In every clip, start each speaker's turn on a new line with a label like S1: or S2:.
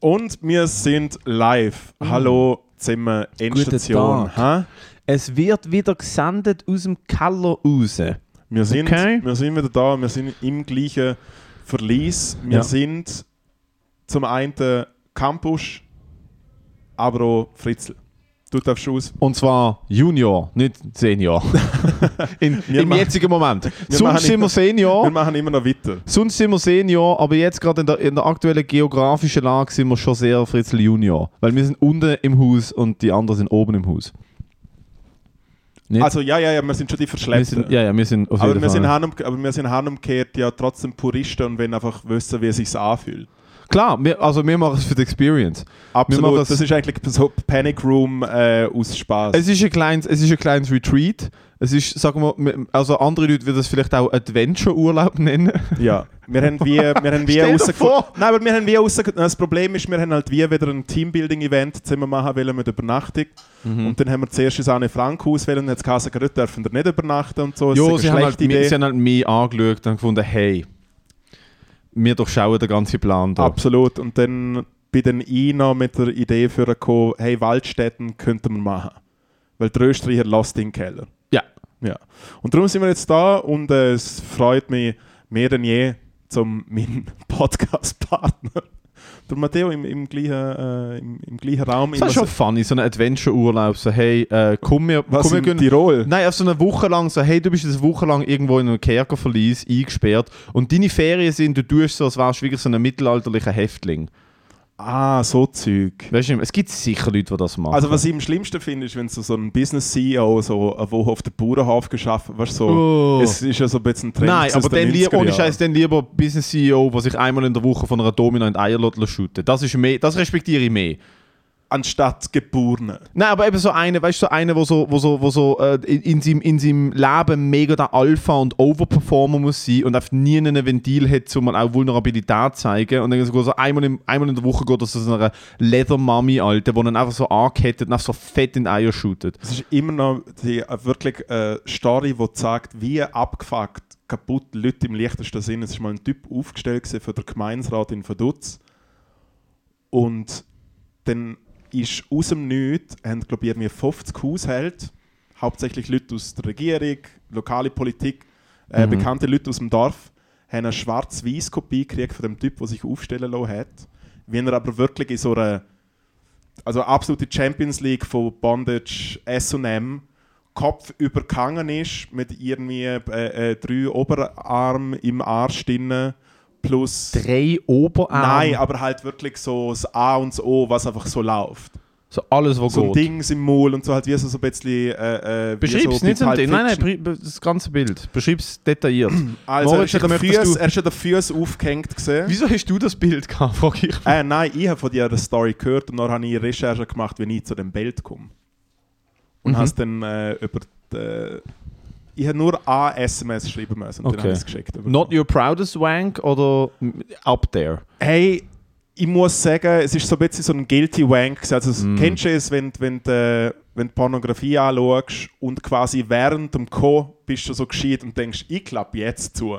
S1: Und wir sind live. Hallo Zimmer, Endstation.
S2: Mm. Tag.
S1: Ha?
S2: Es wird wieder gesendet aus dem Keller raus.
S1: Wir, sind,
S2: Okay.
S1: wir sind wieder da, wir sind im gleichen Verlies. Wir
S2: Ja.
S1: sind zum einen Campus, aber auch Fritzl. Du darfst aus.
S2: Und zwar Junior, nicht Senior. In,
S1: Wir
S2: Im
S1: machen-
S2: jetzigen Moment.
S1: machen
S2: Sonst sind wir
S1: immer- Wir
S2: Senior,
S1: machen immer noch weiter.
S2: sonst sind wir Senior, aber jetzt gerade in der, in der aktuellen geografischen Lage sind wir schon sehr Fritzl Junior. Weil wir sind unten im Haus und die anderen sind oben im Haus. Nicht?
S1: Also ja, ja, ja, wir sind schon die
S2: wir
S1: Verschleppten.
S2: sind, ja, ja, wir sind auf
S1: aber,
S2: jeden
S1: wir sind
S2: Fall.
S1: handum, aber wir sind handumkehrt ja trotzdem Puristen und wollen einfach wissen, wie es sich anfühlt.
S2: Klar, wir, also wir machen es für die Experience. Wir machen
S1: Absolut,
S2: das-
S1: das, ist eigentlich so Panic Room äh, aus Spaß.
S2: Es ist ein kleines, es ist ein kleines Retreat. Es ist, sagen wir, m- also andere Leute würden das vielleicht auch Adventure-Urlaub nennen.
S1: Ja, wir haben wie, wir haben wie
S2: Stell dir
S1: rausgefunden.
S2: vor!
S1: Nein, aber wir haben wie rausgefunden. Das Problem ist, wir haben halt wie wieder ein Teambuilding-Event zusammen machen wollen mit Übernachtung.
S2: Mhm.
S1: Und dann haben wir zuerst ins Anne Frank Haus wählen und jetzt gesagt, gerade dürfen wir nicht übernachten und so. Es
S2: Jo,
S1: ist
S2: sie
S1: eine
S2: haben,
S1: schlechte
S2: halt, mi-
S1: Idee.
S2: sie haben halt mich angeschaut und gefunden, hey, wir durchschauen den ganzen Plan da.
S1: Absolut. Und dann bin dann ich noch mit der Idee für gekommen, hey, Waldstätten könnten wir machen. Weil der Österreicher lässt den Keller.
S2: Ja.
S1: Ja. Und darum sind wir jetzt da und äh, es freut mich mehr denn je zum meinen Podcast-Partner. Der Matteo im, im, gleichen, äh, im, im gleichen Raum.
S2: Das ist schon funny, so ein Adventure-Urlaub. So, hey, äh, komm, wir,
S1: was
S2: komm, wir
S1: in
S2: gehen...
S1: Tirol?
S2: Nein, auf so eine Woche lang, so, hey, du bist jetzt eine Woche lang irgendwo in einem Kerkerverlies eingesperrt und deine Ferien sind, du tust so, als wärst du wirklich so ein mittelalterlicher Häftling.
S1: Ah, so Zeug.
S2: Weißt du, es gibt sicher Leute, die das machen.
S1: Also was ich am schlimmsten finde, ist, wenn so, so ein Business-CEO so eine Woche auf der Bauernhof geschafft hat. Weißt du, so,
S2: Oh.
S1: es ist ja so ein bisschen ein Trend. aus
S2: Nein, aber
S1: den
S2: dann lieber,
S1: 90er
S2: ohne
S1: Jahren.
S2: Scheiß, dann lieber Business CEO, der sich einmal in der Woche von einer Domina in die Eier lässt shooten. Das ist mehr, das respektiere ich mehr.
S1: Anstatt Geborene.
S2: Nein, aber eben so eine, weißt du, so eine, wo so, wo so, wo so äh, in, in, seinem, in seinem Leben mega der Alpha und Overperformer muss sein und einfach nie ein Ventil hat, um mal auch Vulnerabilität zu zeigen. Und dann sogar so einmal, im, einmal in der Woche geht das zu so einer Leather Mummy alte, wo dann einfach so angekettet und einfach so fett in die Eier shootet.
S1: Es ist immer noch die äh, wirklich äh, Story, die zeigt, wie abgefuckt kaputt Leute im leichtesten Sinn. Es ist mal ein Typ aufgestellt gewesen für den Gemeinsrat in Vaduz. Und dann ist aus dem Nichts, haben glaube ich irgendwie 50 Haushalte, hauptsächlich Leute aus der Regierung, lokale Politik, äh, bekannte Leute aus dem Dorf, haben eine schwarz weiß Kopie gekriegt von dem Typ, der sich aufstellen lassen hat. Wenn er aber wirklich in so einer also absolute Champions League von Bondage S&M, Kopf übergangen ist mit irgendwie äh, äh, drei Oberarm im Arsch drinnen, plus...
S2: Drei Oberarme.
S1: Nein, aber halt wirklich so das A und das O, was einfach so läuft.
S2: so alles, was
S1: So ein
S2: geht.
S1: Dings im Maul und so halt wie so, so ein bisschen... Äh, äh, wie
S2: Beschreib's
S1: so bei
S2: nicht so ein
S1: Pulp
S2: Ding. Nein, nein,
S1: Fiction.
S2: bri- be- das ganze Bild. Beschreib's detailliert.
S1: Also
S2: Moritz,
S1: er ist
S2: ich
S1: an den
S2: möchte, dass
S1: Füßen-
S2: du-
S1: er ist an den Füßen aufgehängt gesehen.
S2: Wieso hast du das Bild gehabt, frag ich.
S1: Äh, nein, ich habe von dir eine Story gehört und dann habe ich Recherche gemacht, wie ich zu dem Bild komme. Und
S2: Mhm.
S1: habe es dann äh, über die, äh, Ich habe nur eine SMS schreiben müssen und
S2: Okay.
S1: dann habe ich es geschickt. bekommen.
S2: Not your proudest wank oder m- up there?
S1: hey, ich muss sagen, es ist so ein bisschen so ein Guilty Wank. gewesen. Also, es-
S2: Mm.
S1: Kennst du es, wenn, wenn, du, wenn du Pornografie anschaust und quasi während dem Co. bist du so gescheit und denkst, ich klappe jetzt zu.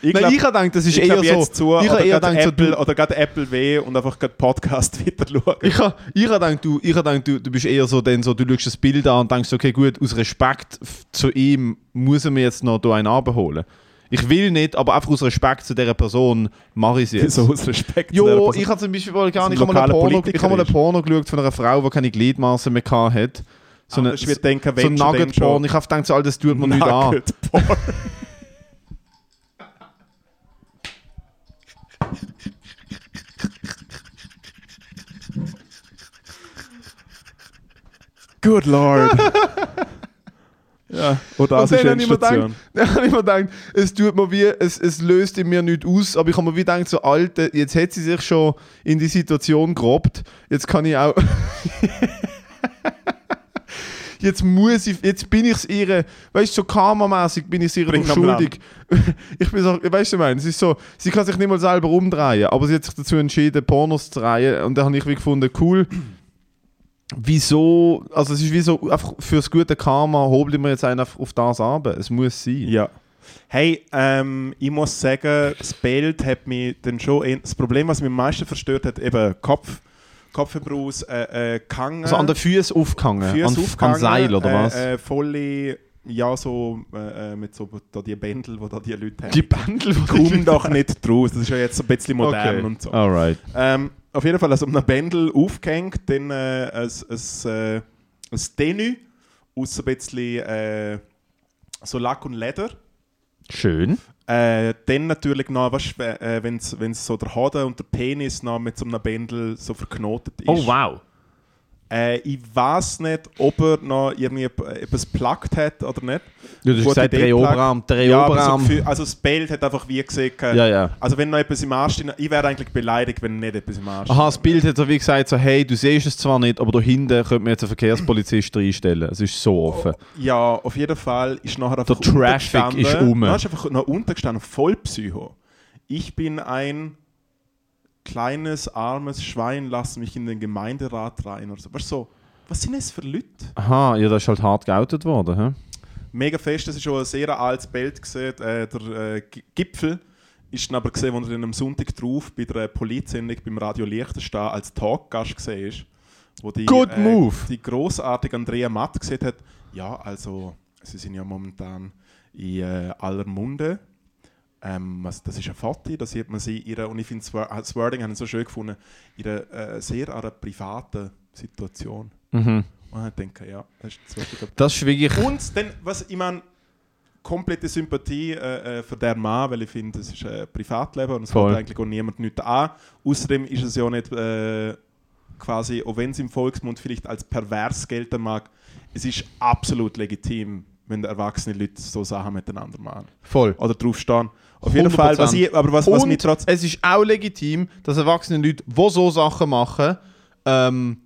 S1: ich
S2: Nein,
S1: klappe
S2: ich habe gedacht, das ist
S1: ich
S2: eher
S1: glaube
S2: so.
S1: jetzt zu,
S2: ich
S1: oder
S2: habe eher
S1: gerade
S2: gedacht, so,
S1: Apple,
S2: du,
S1: oder gerade Apple weh und einfach gerade Podcast wieder schauen.
S2: ich habe ich hab gedacht, du, ich hab gedacht du, du bist eher so, denn so, du schaust das Bild an und denkst, okay, gut, aus Respekt f- zu ihm muss er mir jetzt noch da einen abholen. Ich will nicht, aber einfach aus Respekt zu dieser Person mache ich es jetzt.
S1: So aus Respekt. zu der
S2: Jo,
S1: Person.
S2: ich habe zum Beispiel wohl gar
S1: ein
S2: nicht. Ich habe mal einen
S1: lokaler
S2: Porno, ich
S1: Politiker
S2: hab mal einen
S1: ist.
S2: Porno geschaut von einer Frau, die keine Gliedmaßen mehr hatte. So
S1: Aber
S2: eine-
S1: ich würd denken,
S2: so
S1: wenn schon,
S2: ein
S1: dann
S2: Nugget-Porn.
S1: schon.
S2: Ich habe gedacht, so, all das tut man nicht an.
S1: Nugget Porn. Good Lord. ja, und das
S2: und
S1: ist
S2: dann habe ich, mir gedacht,
S1: Endstation.
S2: dann hab ich mir gedacht, es tut mir wie, es, es löst in mir nichts aus, aber ich habe mir wie gedacht, so Alter, jetzt hat sie sich schon in die Situation gerobbt, jetzt kann ich auch... jetzt muss ich, jetzt bin ich es ihre, weißt du, so karmamäßig bin ich es ihre
S1: Bring
S2: doch
S1: am Land.
S2: schuldig. Ich bin so, weißt du, was ich meine, es ist so, sie kann sich nicht mal selber umdrehen, aber sie hat sich dazu entschieden, Pornos zu drehen und da habe ich wie gefunden, cool, wieso, also es ist wie so, einfach fürs gute Karma hobel ich mir jetzt einen auf, auf das ab. Es muss sein.
S1: Ja. Hey, ähm, ich muss sagen, das Bild hat mich dann schon. eh- Das Problem, was mich am meisten verstört hat, eben Kopf, Kopfbraus, äh, äh, Kangen,
S2: Also an den Füßen aufgehangen,
S1: Füße
S2: an,
S1: aufgegangen,
S2: an Seil oder was?
S1: Äh, äh, volle, ja, so äh, äh, mit so da die Bändel, die da die Leute
S2: die
S1: haben.
S2: Bändel, die
S1: Komm doch nicht draus, das ist ja jetzt so ein bisschen modern und so.
S2: Alright.
S1: Ähm, auf jeden Fall, also um einen Bändel aufgehängt, dann äh, ein, ein, äh, ein Tenue aus ein bisschen äh, so Lack und Leder.
S2: Schön.
S1: Äh, dann natürlich noch, weißt, äh, wenn es so der Hoden und der Penis noch mit so einem Bändel so verknotet ist.
S2: Oh, wow.
S1: Äh, ich weiß nicht, ob er noch irgendwie eb- etwas geplagt hat oder nicht.
S2: Du hast
S1: Gute
S2: gesagt,
S1: Idee,
S2: drei
S1: Plug.
S2: Oberarm, drei
S1: Ja, aber so
S2: Oberarm.
S1: Gefühl, also das Bild hat einfach wie gesehen.
S2: Ja, ja.
S1: Also wenn noch etwas im Arsch drin, ich wäre eigentlich beleidigt, wenn nicht etwas im Arsch.
S2: Aha, das Bild hat so wie gesagt, so, hey, du siehst es zwar nicht, aber da hinten könnte man jetzt einen Verkehrspolizist reinstellen. Es ist so offen.
S1: Ja, auf jeden Fall ist nachher einfach
S2: Der Traffic
S1: untergestanden.
S2: ist um.
S1: Nein, ist einfach noch untergestanden, voll Psycho. Ich bin ein kleines, armes Schwein, lass mich in den Gemeinderat rein oder so. Weißt du, so, was sind das für Leute?
S2: Aha, ja, das ist halt hart geoutet worden. Hä?
S1: Mega fest, das ist schon ein sehr altes Bild gesehen. Äh, der äh, G- Gipfel ist dann aber gesehen, wo er dann am Sonntag drauf bei der Polizsendung beim Radio Liechtenstein als Talkgast gesehen ist. Wo die, äh,
S2: Good move.
S1: Die großartige Andrea Matt gesehen hat, ja, also, sie sind ja momentan in äh, aller Munde. Ähm, was, das ist ein Fati, da sieht man sie, ihre, und ich finde äh, das Wor- das Wording habe ich so schön gefunden, ihre äh, sehr an einer privaten Situation.
S2: Mhm.
S1: Und ich denke, ja, das ist das wirklich
S2: Das ist wirklich.
S1: und dann, was ich meine, komplette Sympathie äh, äh, für den Mann, weil ich finde, es ist ein Privatleben und es
S2: Voll.
S1: kommt eigentlich auch niemand nichts an. Außerdem ist es ja nicht äh, quasi, auch wenn es im Volksmund vielleicht als pervers gelten mag, es ist absolut legitim, wenn erwachsene Leute so Sachen miteinander machen.
S2: Voll.
S1: Oder draufstehen. Auf jeden Fall, was
S2: 100%.
S1: ich, aber was, was
S2: Und
S1: mich trotz.
S2: es ist auch legitim, dass erwachsene Leute, die so Sachen machen, ähm,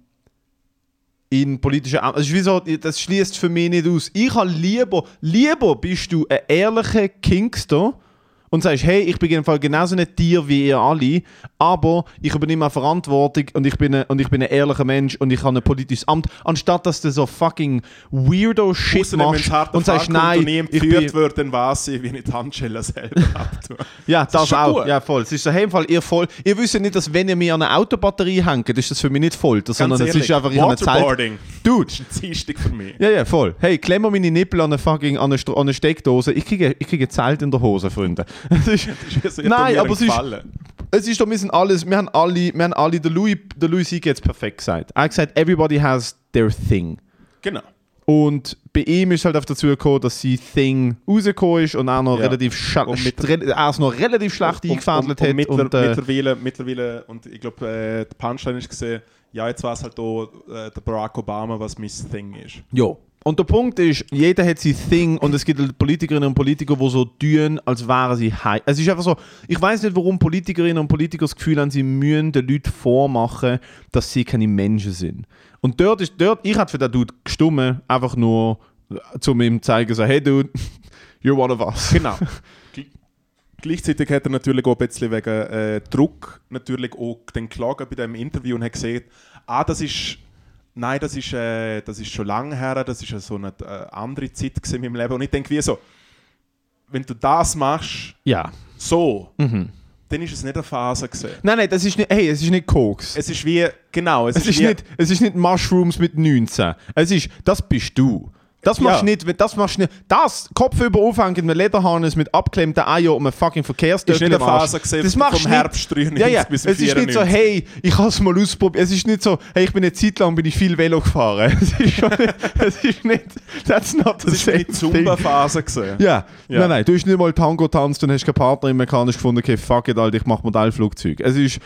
S2: in politischen Ämtern. Es ist wie so, das schließt für mich nicht aus. Ich habe lieber, lieber bist du ein ehrlicher Kingster und sagst, hey, ich bin jedenfalls genauso ein Tier wie ihr alle, aber ich übernehme auch Verantwortung und ich bin ein, und ich bin ein ehrlicher Mensch und ich habe ein politisches Amt, anstatt dass du so fucking weirdo Shit
S1: Außerdem, wenn es
S2: machst
S1: hart
S2: und sagst, nein, ich bin,
S1: geführt wird, dann weiß ich, wie ich die Handschellen selber abtue.
S2: ja, das,
S1: ist schon
S2: auch.
S1: gut.
S2: Ja, voll. Es ist auf jeden Fall ihr voll. Ihr wisst ja nicht, dass wenn ihr mir an eine Autobatterie hängt, ist das für mich nicht voll, das- sondern es ist einfach ich habe eine Zeit.
S1: Waterboarding
S2: Dude.
S1: ist ein Ziehstück für mich.
S2: Ja, ja, voll. Hey, klemm mir meine Nippel an eine fucking an eine, Stro- an eine Steckdose. Ich kriege, ich kriege Zelt in der Hose, Freunde. Es ist,
S1: Das ist
S2: Nein,
S1: Also, mir
S2: aber es ist-
S1: gefallen.
S2: es ist doch, wir sind alles, wir haben alle, wir haben alle, der Louis, der Louis Sieg jetzt perfekt gesagt. Er hat gesagt, everybody has their thing.
S1: Genau.
S2: Und bei ihm ist halt auf dazu gekommen, dass sein Thing rausgekommen ist und er noch
S1: Ja.
S2: relativ, scha-
S1: Und mit-
S2: stre- er es noch relativ schlecht eingefädelt
S1: und,
S2: hat.
S1: und, mittler,
S2: und, äh,
S1: mittlerweile, mittlerweile, und ich glaube, äh, der Punchline ist gesehen, ja, jetzt war es halt auch äh, der Barack Obama, was mein Thing ist.
S2: Ja. Und der Punkt ist, jeder hat sein Thing und es gibt halt Politikerinnen und Politiker, die so tun, als wären sie high. Es ist einfach so, ich weiß nicht, warum Politikerinnen und Politiker das Gefühl haben, sie müssen den Leuten vormachen, dass sie keine Menschen sind. Und dort ist, dort, ich hatte für den Dude gestimmt, einfach nur, äh, um ihm zu zeigen, so, hey Dude, you're one of us.
S1: Genau. Gleichzeitig hat er natürlich auch ein bisschen wegen äh, Druck natürlich auch den Klagen bei diesem Interview und hat gesehen, ah, das ist, nein, das ist, äh, das ist schon lange her, das ist ja so eine äh, andere Zeit gewesen in meinem Leben. Und ich denke, wie so, wenn du das machst,
S2: Ja.
S1: so,
S2: Mhm.
S1: dann ist es nicht eine Phase gewesen.
S2: Nein, nein, das ist nicht, hey, es ist nicht Koks.
S1: Es ist wie, genau, es,
S2: Es ist,
S1: wie,
S2: nicht, es ist nicht Mushrooms mit 19. Es ist, das bist du. Das machst
S1: Ja.
S2: du nicht, wenn- das machst du nicht. Das Kopf über aufhängen mit einem Lederharnis mit abgeklemmten Eier und einem fucking Verkehrsdöckel
S1: Ist nicht eine
S2: im Arsch.
S1: Phase gewesen
S2: Das
S1: vom
S2: machst du nicht.
S1: Herbst 93
S2: ja, ja.
S1: bis
S2: Es ist nicht so,
S1: 94.
S2: hey, ich habe es mal ausprobiert. Es ist nicht so, hey, ich bin eine Zeit lang bin ich viel Velo gefahren. Es ist schon nicht, es ist nicht that's not the
S1: Das ist
S2: same
S1: wie die
S2: thing.
S1: Zumba-Phase gewesen.
S2: Ja.
S1: Ja.
S2: nein, nein, du hast nicht mal Tango getanzt und hast keine Partnerin mehr gehabt und hast gefunden, okay, fuck it, Alter, ich mach Modellflugzeug. Es ist,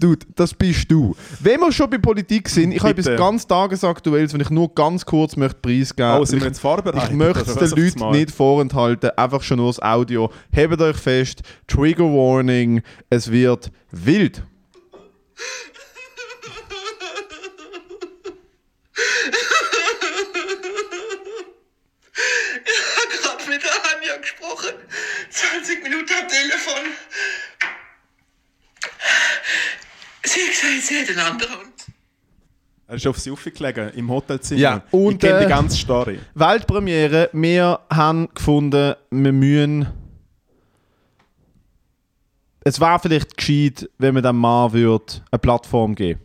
S2: dude, das bist du. Wenn wir schon bei Politik sind, ich habe
S1: Bitte.
S2: etwas ganz Tagesaktuelles, wenn ich nur ganz kurz möchte preisgeben
S1: Oh, sind wir
S2: Ich-
S1: jetzt vorbereitet?
S2: ich möchte
S1: oder
S2: es
S1: was
S2: den
S1: auf das
S2: Leuten
S1: Mal?
S2: nicht vorenthalten, einfach schon nur das Audio. Hebt euch fest, Trigger Warning, es wird wild.
S3: Ich hab gerade mit der Anja gesprochen. 20 Minuten am Telefon. Sie hat gesagt, sie hat einen anderen.
S1: Er ist auf sie aufgelegen im Hotelzimmer.
S4: Ja,
S1: ich
S4: und,
S1: kenne
S4: äh,
S1: die ganze Story.
S4: Weltpremiere, wir haben gefunden, wir müssen. Es wäre vielleicht gescheit, wenn man dem Mann würde eine Plattform geben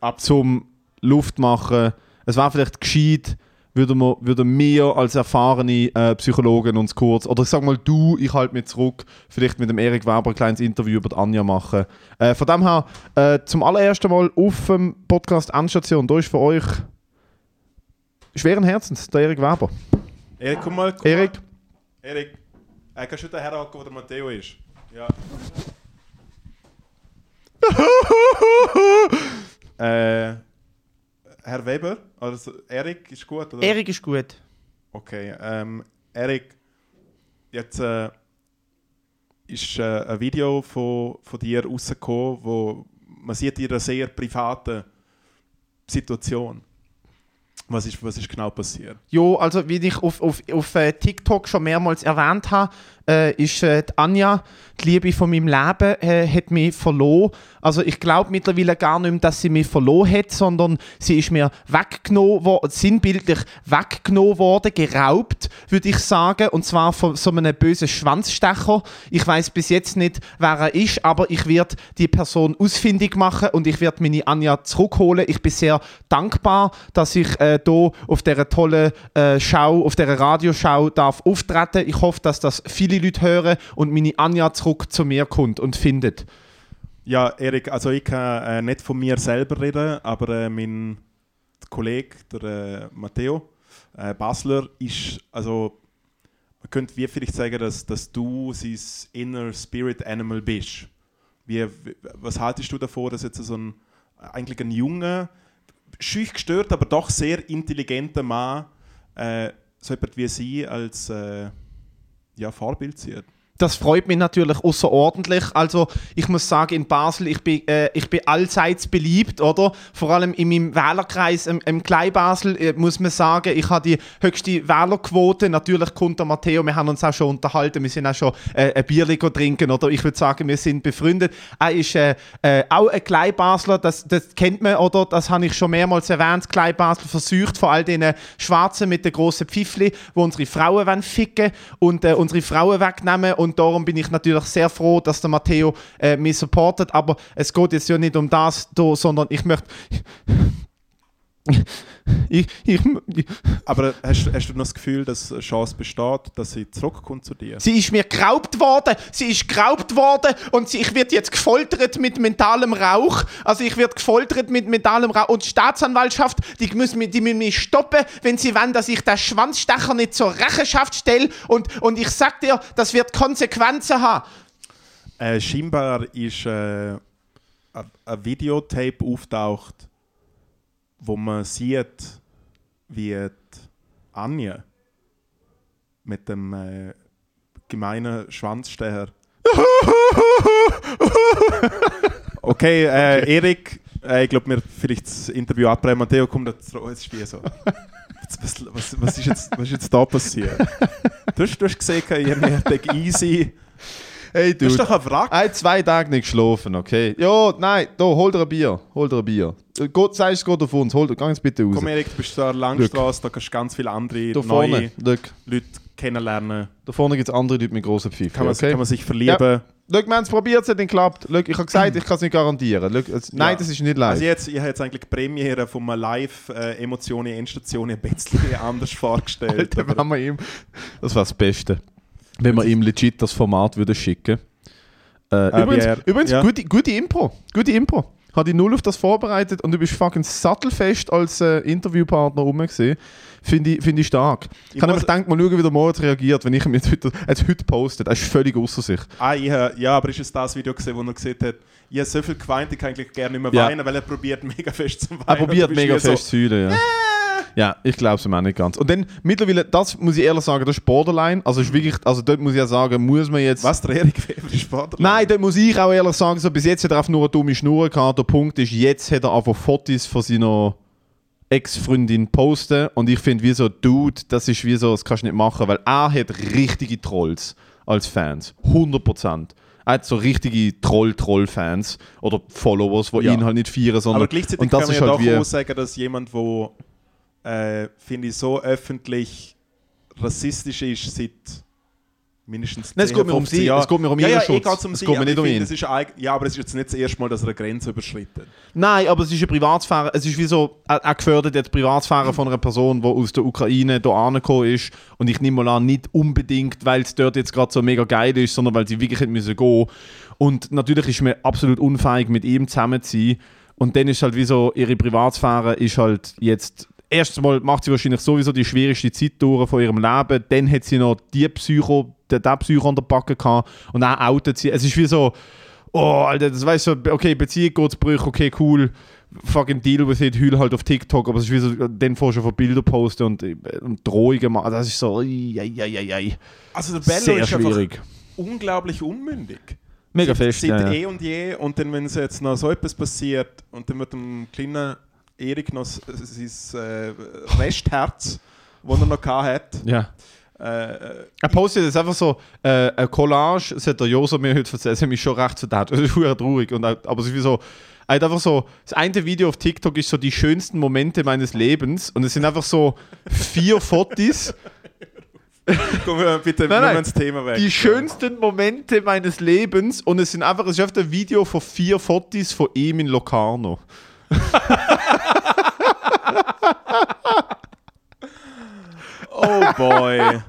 S1: Absolut.
S4: zum Luft machen. Es wäre vielleicht gescheit, würden wir, würden wir als erfahrene äh, Psychologen uns kurz, oder ich sag mal du, ich halte mich zurück, vielleicht mit dem Erik Weber ein kleines Interview über die Anja machen. Äh, von dem her, äh, zum allerersten Mal auf dem Podcast Endstation, da ist für euch schweren Herzens der Erik Weber.
S1: Erik, komm mal. Komm
S4: Erik,
S1: Mal. Erik, äh, kannst du den herhaken, wo der Matteo ist? Ja. äh, Herr Weber? Also, Erik ist gut, oder?
S2: Erik ist gut.
S1: Okay, ähm, Erik, jetzt äh, ist äh, ein Video von, von dir rausgekommen, wo man sieht in einer sehr privaten Situation. Was ist, was ist genau passiert?
S2: Ja, also wie ich auf, auf, auf äh, TikTok schon mehrmals erwähnt habe, äh, ist äh, die Anja, die Liebe von meinem Leben, äh, hat mich verloren. Also ich glaube mittlerweile gar nicht mehr, dass sie mich verloren hat, sondern sie ist mir weggenommen worden, sinnbildlich weggenommen worden, geraubt, würde ich sagen, und zwar von so einem bösen Schwanzstecher. Ich weiß bis jetzt nicht, wer er ist, aber ich werde die Person ausfindig machen und ich werde meine Anja zurückholen. Ich bin sehr dankbar, dass ich äh, hier auf dieser tollen äh, Schau, auf dieser Radioschau darf auftreten. Ich hoffe, dass das viele Leute hören und meine Anja zurück zu mir kommt und findet.
S1: Ja, Erik, also ich kann äh, nicht von mir selber reden, aber äh, mein Kollege, der äh, Matteo äh, Basler, ist, also man könnte wie vielleicht sagen, dass, dass du sein Inner Spirit Animal bist. Wie, wie- was haltest du davon, dass jetzt so ein, eigentlich ein junger, schüch gestört, aber doch sehr intelligenter Mann äh, so jemand wie sie als äh, ja, Vorbild sieht?
S2: Das freut mich natürlich außerordentlich. Also ich muss sagen, in Basel, ich bin, äh, ich bin allseits beliebt, oder? Vor allem in meinem Wählerkreis, im, im Kleinbasel, äh, muss man sagen, ich habe die höchste Wählerquote. Natürlich kommt der Matteo, wir haben uns auch schon unterhalten, wir sind auch schon äh, ein Bier trinken, oder? Ich würde sagen, wir sind befreundet. Er ist äh, äh, auch ein Kleinbasler, das, das kennt man, oder? Das habe ich schon mehrmals erwähnt, Kleinbasel versucht, vor all den Schwarzen mit den grossen Pfiffli, wo unsere Frauen wollen ficken und äh, unsere Frauen wegnehmen. Und darum bin ich natürlich sehr froh, dass der Matteo äh, mich supportet. Aber es geht jetzt ja nicht um das, da, sondern ich möchte. Ich, ich,
S1: Aber hast, hast du noch das Gefühl, dass eine Chance besteht, dass sie zurückkommt zu dir?
S2: sie ist mir geraubt worden, sie ist geraubt worden und sie, ich werde jetzt gefoltert mit mentalem Rauch. Also ich werde gefoltert mit mentalem Rauch. Und die Staatsanwaltschaft, die müssen, mich- die müssen mich stoppen, wenn sie wollen, dass ich den Schwanzstecher nicht zur Rechenschaft stelle. Und, und ich sag dir, das wird Konsequenzen haben.
S1: Äh, scheinbar ist äh, ein- ein Videotape auftaucht, wo man sieht, wie die Anja mit dem äh, gemeinen Schwanzsteher. okay, äh, Erik, äh, ich glaube, wir vielleicht das Interview abbrechen. Matteo, komm da zurück. Jetzt stehe ich so. Was- Was, was, was, ist jetzt, was ist jetzt da passiert? Du hast, du hast gesehen, ihr merkt easy.
S4: hey
S1: Du bist
S4: du.
S1: doch ein Wrack.
S4: Ein, zwei Tage nicht geschlafen, okay? Ja, nein, da, hol dir ein Bier. Hol dir ein Bier. Äh, Gott sei es geht auf uns. Hol dir, geh jetzt bitte raus.
S1: Komm Erik, du bist da an der Langstrasse, da kannst du ganz viele andere
S4: Also, da
S1: neue
S4: vorne, look.
S1: Leute kennenlernen.
S4: Da vorne gibt es andere Leute mit grossen Pfeifen.
S1: Kann man,
S4: okay?
S1: kann man sich verlieben.
S4: Schau, wir haben es probiert, es hat nicht geklappt. Schau, ich habe gesagt, ich kann es nicht garantieren. Schau, es, nein,
S1: Ja.
S4: das ist nicht live.
S1: Also jetzt, ich habe jetzt eigentlich die Premiere von einer Live-Emotionen Endstation ein bisschen anders vorgestellt.
S4: Alter, wenn wir ihm, das war das Beste. Wenn wir ihm legit das Format würden schicken äh,
S1: Äh,
S4: Übrigens,
S1: wie er-
S4: übrigens
S1: ja.
S4: gute, gute Impro. Gute Impro. Hat die null auf das vorbereitet und du bist fucking sattelfest als äh, Interviewpartner rum gesehen. Finde ich, find ich stark. Ich kann
S1: muss-
S4: nämlich denken, mal schauen, wie der Moritz reagiert, wenn ich ihm jetzt heute, er hat's heute postet. Er ist völlig außer sich.
S1: ah, ich, habe- ja, aber ist es das Video gesehen, wo er gesehen hat, ich habe so viel geweint, ich kann eigentlich gerne nicht mehr
S4: Ja.
S1: weinen, weil er probiert mega fest zu weinen.
S4: Er
S1: Und du
S4: probiert
S1: bist Äh.
S4: mega
S1: wie
S4: fest zu heulen, ja. Ja, ich glaube es ihm auch nicht ganz. Und dann mittlerweile, das muss ich ehrlich sagen, das ist Borderline. Also, ist wirklich, also dort muss ich ja sagen, muss man jetzt.
S1: So, was, der Erik Weber ist Vater?
S4: Nein, dort muss ich auch ehrlich sagen, so, bis jetzt hat er einfach nur eine dumme Schnur gehabt. Der Punkt ist, jetzt hat er einfach Fotos von seiner Ex-Freundin posten. Und ich finde, wie so, Dude, das ist wie so, das kannst du nicht machen, weil er hat richtige Trolls als Fans. 100%.
S2: Er hat so richtige Troll-Troll-Fans oder Followers, die
S1: Ja.
S2: ihn halt nicht feiern, sondern.
S1: Aber gleichzeitig
S2: und das
S1: kann man
S2: ist
S1: ja
S2: halt
S1: doch
S2: wie,
S1: auch sagen, dass jemand, wo äh, finde ich so öffentlich rassistisch ist, seit mindestens 10,
S2: Nein, es geht mir um
S1: 15
S2: sie,
S1: Jahren.
S2: es geht mir um
S1: ja,
S2: ihren
S1: ja,
S2: Schutz.
S1: eh geht's um
S2: Es
S1: sie,
S2: geht mir
S1: aber
S2: nicht
S1: ich
S2: um
S1: finde,
S2: ihn.
S1: es ist eig- ja, aber es ist jetzt nicht das erste Mal, dass er eine Grenze überschritten.
S2: Nein, aber es ist eine Privatsphäre. Es ist wie so, er, er gefährdet jetzt die Privatsphäre von einer Person, die aus der Ukraine hier angekommen ist. Und ich nehme mal an, nicht unbedingt, weil es dort jetzt gerade so mega geil ist, sondern weil sie wirklich hätte müssen gehen Und natürlich ist man absolut unfähig, mit ihm zusammen zu sein. Und dann ist halt wie so, ihre Privatsphäre ist halt jetzt. Erstens mal macht sie wahrscheinlich sowieso die schwierigste Zeit durch von ihrem Leben. Dann hat sie noch die Psycho, den, den Psycho an der Backe gehabt. Und dann outet sie. Es ist wie so, Oh, Alter, das weißt du, okay, Beziehung geht's brüch, okay, cool. Fucking deal with it, heul halt auf TikTok, aber es ist wie so, äh, den vorher von Bilder posten und, äh, und Drohungen machen. Also Das ist so, ei, ei, ei, ei, ei.
S1: Also der Bello
S2: sehr
S1: ist einfach
S2: schwierig.
S1: unglaublich unmündig.
S2: Mega
S1: seit,
S2: fest.
S1: Seit
S2: Ja.
S1: eh und je. Und dann, wenn es jetzt noch so etwas passiert und dann wird dem kleinen Erik noch s- sein äh, Restherz, das er noch hatte,
S2: ja.
S1: äh,
S2: Er postet jetzt einfach so äh, ein Collage, das hat der Josa mir heute erzählt, das hat mich schon recht verdammt. Das ist verdammt traurig. Und, auch- aber es ist wie so, er hat einfach so, das eine Video auf TikTok ist so die schönsten Momente meines Lebens und es sind einfach so vier Fotos.
S1: kommen wir bitte nehmen
S2: Nein,
S1: wir
S2: nein.
S1: das Thema weg.
S2: Die schönsten Momente meines Lebens und es sind einfach, es ist einfach ein Video von vier Fotos von ihm in Locarno.
S1: Oh boy.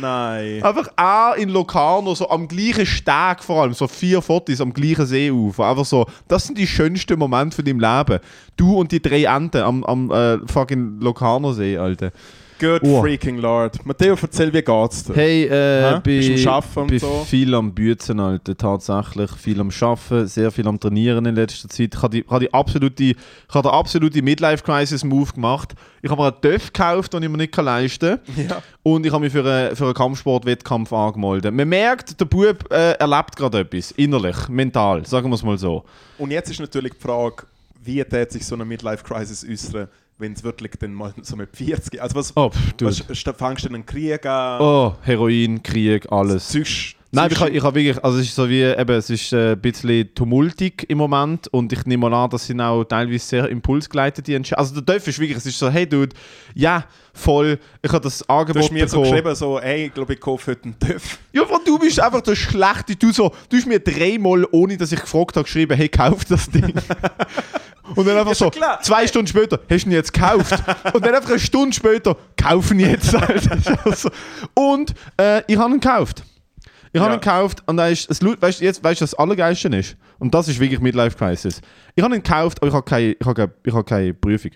S1: Nein.
S2: Einfach auch in Locarno, so am gleichen Steg vor allem, so vier Fotos am gleichen Seeufer. Einfach so, das sind die schönsten Momente von deinem Leben. Du und die drei Enten am, am äh, fucking Locarno-See, Alter.
S1: Good
S2: Oh.
S1: freaking lord. Matteo, erzähl, wie geht's dir?
S2: Hey, äh,
S1: Hä? Bist du am Schaffen und
S2: bin
S1: so?
S2: viel am Büzen, Alter, tatsächlich. Viel am Schaffen, sehr viel am Trainieren in letzter Zeit. Ich habe die, ich habe die absolute, ich habe den absolute Midlife-Crisis-Move gemacht. Ich habe mir einen Töff gekauft, den ich mir nicht kann leisten kann.
S1: Ja.
S2: Und ich habe mich für, einen- für einen Kampfsport-Wettkampf angemeldet. Man merkt, der Bub äh, erlebt gerade etwas, innerlich, mental, sagen wir es mal so.
S1: Und jetzt ist natürlich die Frage, wie tät sich so eine Midlife-Crisis äußern, wenn es wirklich dann mal so mit 40 geht? Also was,
S2: Oh, pff, du.
S1: was st- fängst du denn einen Krieg an?
S2: Oh, Heroin, Krieg, alles.
S1: Zügst-
S2: Nein, ich
S1: zügst-
S2: habe ich hab wirklich, also es ist so wie, eben, es ist äh, ein bisschen tumultig im Moment und ich nehme mal an, das sind auch teilweise sehr impulsgeleitete Entscheidungen. Also der Dörf ist wirklich, es ist so, hey Dude, ja, voll, ich habe das
S1: Du
S2: Angebot
S1: hast mir so
S2: bekommen.
S1: geschrieben, so, ey, ich glaube, ich kaufe heute einen TÜV.
S2: ja, Mann, du bist einfach der Schlechte, du so, du hast mir dreimal, ohne dass ich gefragt habe, geschrieben, hey, kauf das Ding. Und dann einfach
S1: schon
S2: so,
S1: klar.
S2: zwei Stunden später, hast du ihn jetzt gekauft? Und dann einfach eine Stunde später, kaufen jetzt. Alter. Das ist auch so. Und äh, ich habe ihn gekauft. Ich habe
S1: Ja.
S2: ihn gekauft und da ist, es, lu- weißt, du, jetzt weißt du, was das Allergeilste ist? Und das ist wirklich Midlife Crisis. Ich habe ihn gekauft, aber ich habe keine, ich habe keine, ich habe keine Prüfung.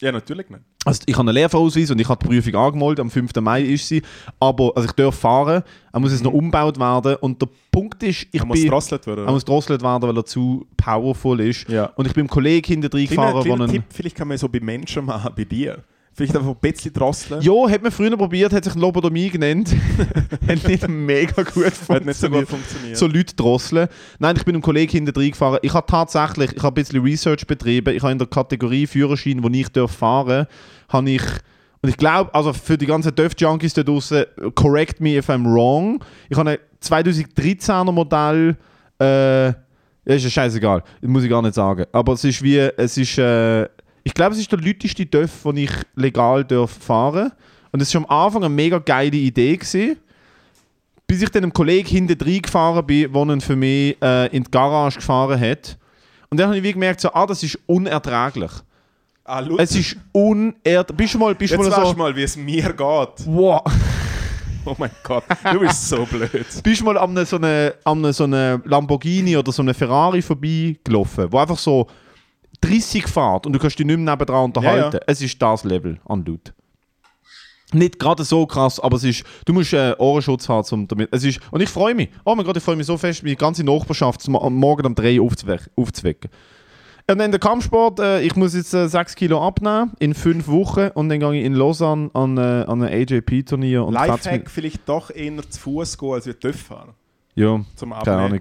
S1: Ja, natürlich nicht.
S2: Also ich habe einen Lehrfahrausweis und ich habe die Prüfung angemeldet, am 5. Mai ist sie, aber also ich darf fahren, er muss jetzt noch umgebaut werden und der Punkt ist, ich
S1: Mhm. Er muss
S2: bin...
S1: drosselt werden.
S2: Er muss drosselt werden, weil er zu powerful ist.
S1: Ja.
S2: Und ich bin im Kollegen hinter drin
S1: Kleiner,
S2: gefahren, der
S1: kleiner
S2: einen-
S1: Tipp, vielleicht kann man so bei Menschen machen, bei dir. Vielleicht einfach ein bisschen drosseln.
S2: Ja, hat man früher probiert, hat sich Lobotomie genannt. hat nicht mega gut
S1: Hat nicht so gut
S2: funktioniert.
S1: funktioniert.
S2: So Leute drosseln. Nein, ich bin einem Kollegen hinter drin gefahren. Ich habe tatsächlich, ich habe ein bisschen Research betrieben. Ich habe in der Kategorie Führerschein, wo ich darf fahren habe ich und ich glaube, also für die ganzen Dörf-Junkies da draußen, correct me if I'm wrong. Ich habe ein 2013er Modell, äh, ja, ist ja scheißegal, das muss ich gar nicht sagen. Aber es ist wie, es ist, äh, ich glaube, es ist der lüteste Dörf, den ich legal darf fahren Und es war am Anfang eine mega geile Idee. Gewesen. Bis ich dann einem Kollegen hinten reingefahren bin, der ihn für mich äh, in die Garage gefahren hat. Und dann habe ich wie gemerkt, so, ah, das ist unerträglich.
S1: ah, schau,
S2: Es ist unerträglich. Bist du mal, bist du
S1: jetzt
S2: mal
S1: weißt du
S2: so.
S1: mal, wie es mir geht.
S2: Wow.
S1: Oh mein Gott, du bist so blöd.
S2: Bist du mal an einem so einem eine, so einem Lamborghini oder so einem Ferrari vorbeigelaufen, wo einfach so 30 fährt und du kannst dich nicht mehr nebendran unterhalten.
S1: Ja,
S2: Es ist das Level an Leute. Nicht gerade so krass, aber es ist, du musst äh, Ohrenschutz haben, um damit. Es ist, und ich freue mich. Oh mein Gott, ich freue mich so fest, meine ganze Nachbarschaft zum- am Morgen um 3 Uhr aufzuwe- aufzuwecken. Und dann der Kampfsport, äh, ich muss jetzt äh, 6 Kilo abnehmen in 5 Wochen und dann gehe ich in Lausanne an, äh, an ein AJP-Turnier. und fetze mich-
S1: Lifehack vielleicht doch eher zu Fuß gehen, als wir TÜV fahren.
S2: Ja.
S1: Zum
S2: Keine
S1: Abnehmen.
S2: Ahnung.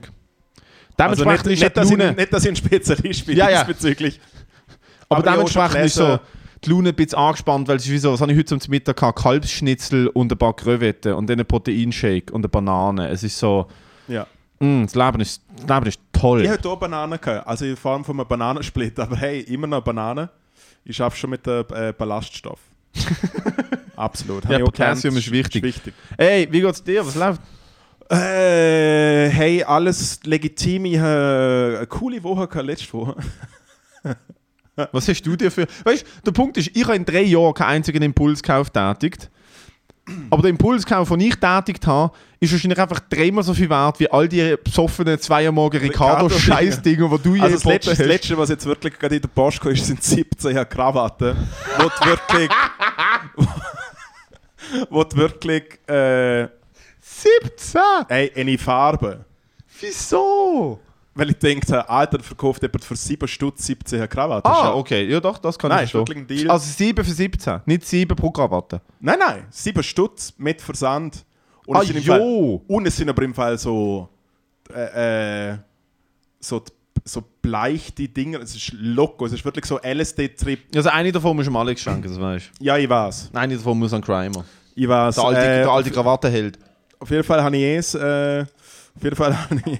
S1: Also
S2: Dementsprechend
S1: nicht,
S2: ist
S1: nicht,
S2: ja
S1: dass
S2: die
S1: ich,
S2: Laune,
S1: nicht, dass ich ein Spezialist bin
S2: Ja, ja.
S1: diesbezüglich.
S2: aber
S1: aber ich habe
S2: dementsprechend
S1: schon
S2: ist so
S1: gelesen-
S2: die Laune ein bisschen angespannt, weil es ist wie so, was habe ich heute zum Mittag gehabt? Kalbsschnitzel und ein paar Krevetten und dann einen Proteinshake und eine Banane. Es ist so,
S1: Ja.
S4: Mm, das, Leben ist, das Leben ist toll.
S1: Ich hatte auch Bananen, gehabt, also in Form von einem Bananensplit, aber hey, immer noch Banane. Ich arbeite schon mit dem äh, Ballaststoff. Absolut. Hab ich auch
S4: Potassium
S1: gelernt,
S4: ist wichtig.
S1: wichtig.
S4: Hey, wie geht's dir? Was läuft?
S1: Äh, hey, alles legitim. Ich habe eine coole Woche gehabt, letzte Woche.
S4: Was hast du dir für. Weißt du, der Punkt ist, ich habe in drei Jahren keinen einzigen Impulskauf tätigt. Aber der Impulskauf, den ich tätigt habe, ist wahrscheinlich einfach dreimal so viel wert wie all die besoffenen zweiermorgen ricardo scheiß dinger die du je
S1: Also das letzte, das
S4: geboten hast.
S1: letzte, was jetzt wirklich gerade in der Post kam, ist, sind 17 Jahre Krawatten, wo du wirklich... wo du wirklich... Äh,
S4: 17!
S1: ey, eine Farbe.
S4: Wieso?
S1: Weil ich denke, Alter, verkauft jemand für 7 Stutz 17 Jahre Krawatte. Ist ja-
S4: Ah, okay. Ja, doch, das kann
S1: Nein,
S4: ich
S1: ist wirklich
S4: verstehen.
S1: ein Deal.
S4: Also 7 für 17, nicht 7 pro Krawatte.
S1: Nein, nein, 7 Stutz mit Versand. Und
S4: Ah,
S1: es sind im
S4: jo.
S1: Fall, und es sind aber im Fall so. Äh, äh, so, so bleichte Dinger. Es ist loco, es ist wirklich so LSD-Trip.
S4: Also eine davon muss dem Alex schenken, das weißt
S1: Ja, ich weiß.
S4: du. Eine davon muss an Crimer.
S1: Ich weiß.
S4: Der alte,
S1: äh,
S4: der alte Krawatte hält.
S1: Auf jeden Fall habe ich es. Äh, auf jeden Fall habe ich,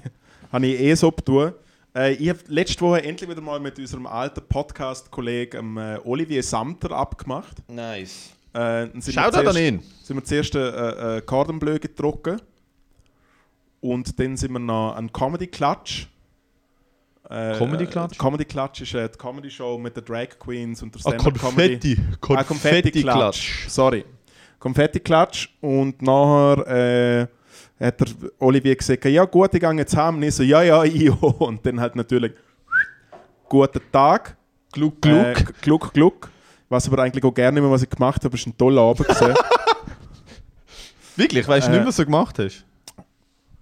S1: habe ich es abgetan. Äh, ich habe letzte Woche endlich wieder mal mit unserem alten Podcast-Kollegen äh, Olivier Samter abgemacht.
S4: Nice.
S1: Äh, dann sind
S4: Shoutout
S1: wir zuerst-
S4: an ihn.
S1: Sind wir zuerst äh, äh, Cordon Bleu getrunken. Und dann sind wir noch an Comedy Klatsch. Äh,
S4: Comedy Klatsch?
S1: äh, Comedy Klatsch ist äh, die Comedy Show mit den Drag Queens und der
S4: Ah,
S1: Stand-Up Comedy.
S4: Konfetti.
S1: Ah, Konfetti-Klatsch. Sorry. Konfetti-Klatsch. Und nachher äh, hat der Olivier gesagt, ja gut, ich gehe jetzt heim. Und ich so, ja, ja, ich auch. Und dann halt natürlich, guten Tag.
S4: Gluck,
S1: Äh, G- Gluck, Gluck. Was aber eigentlich auch gerne mehr, was ich gemacht habe, ist ein toller Abend gewesen.
S4: Wirklich? Weißt du
S1: Äh,
S4: nicht, was du gemacht hast?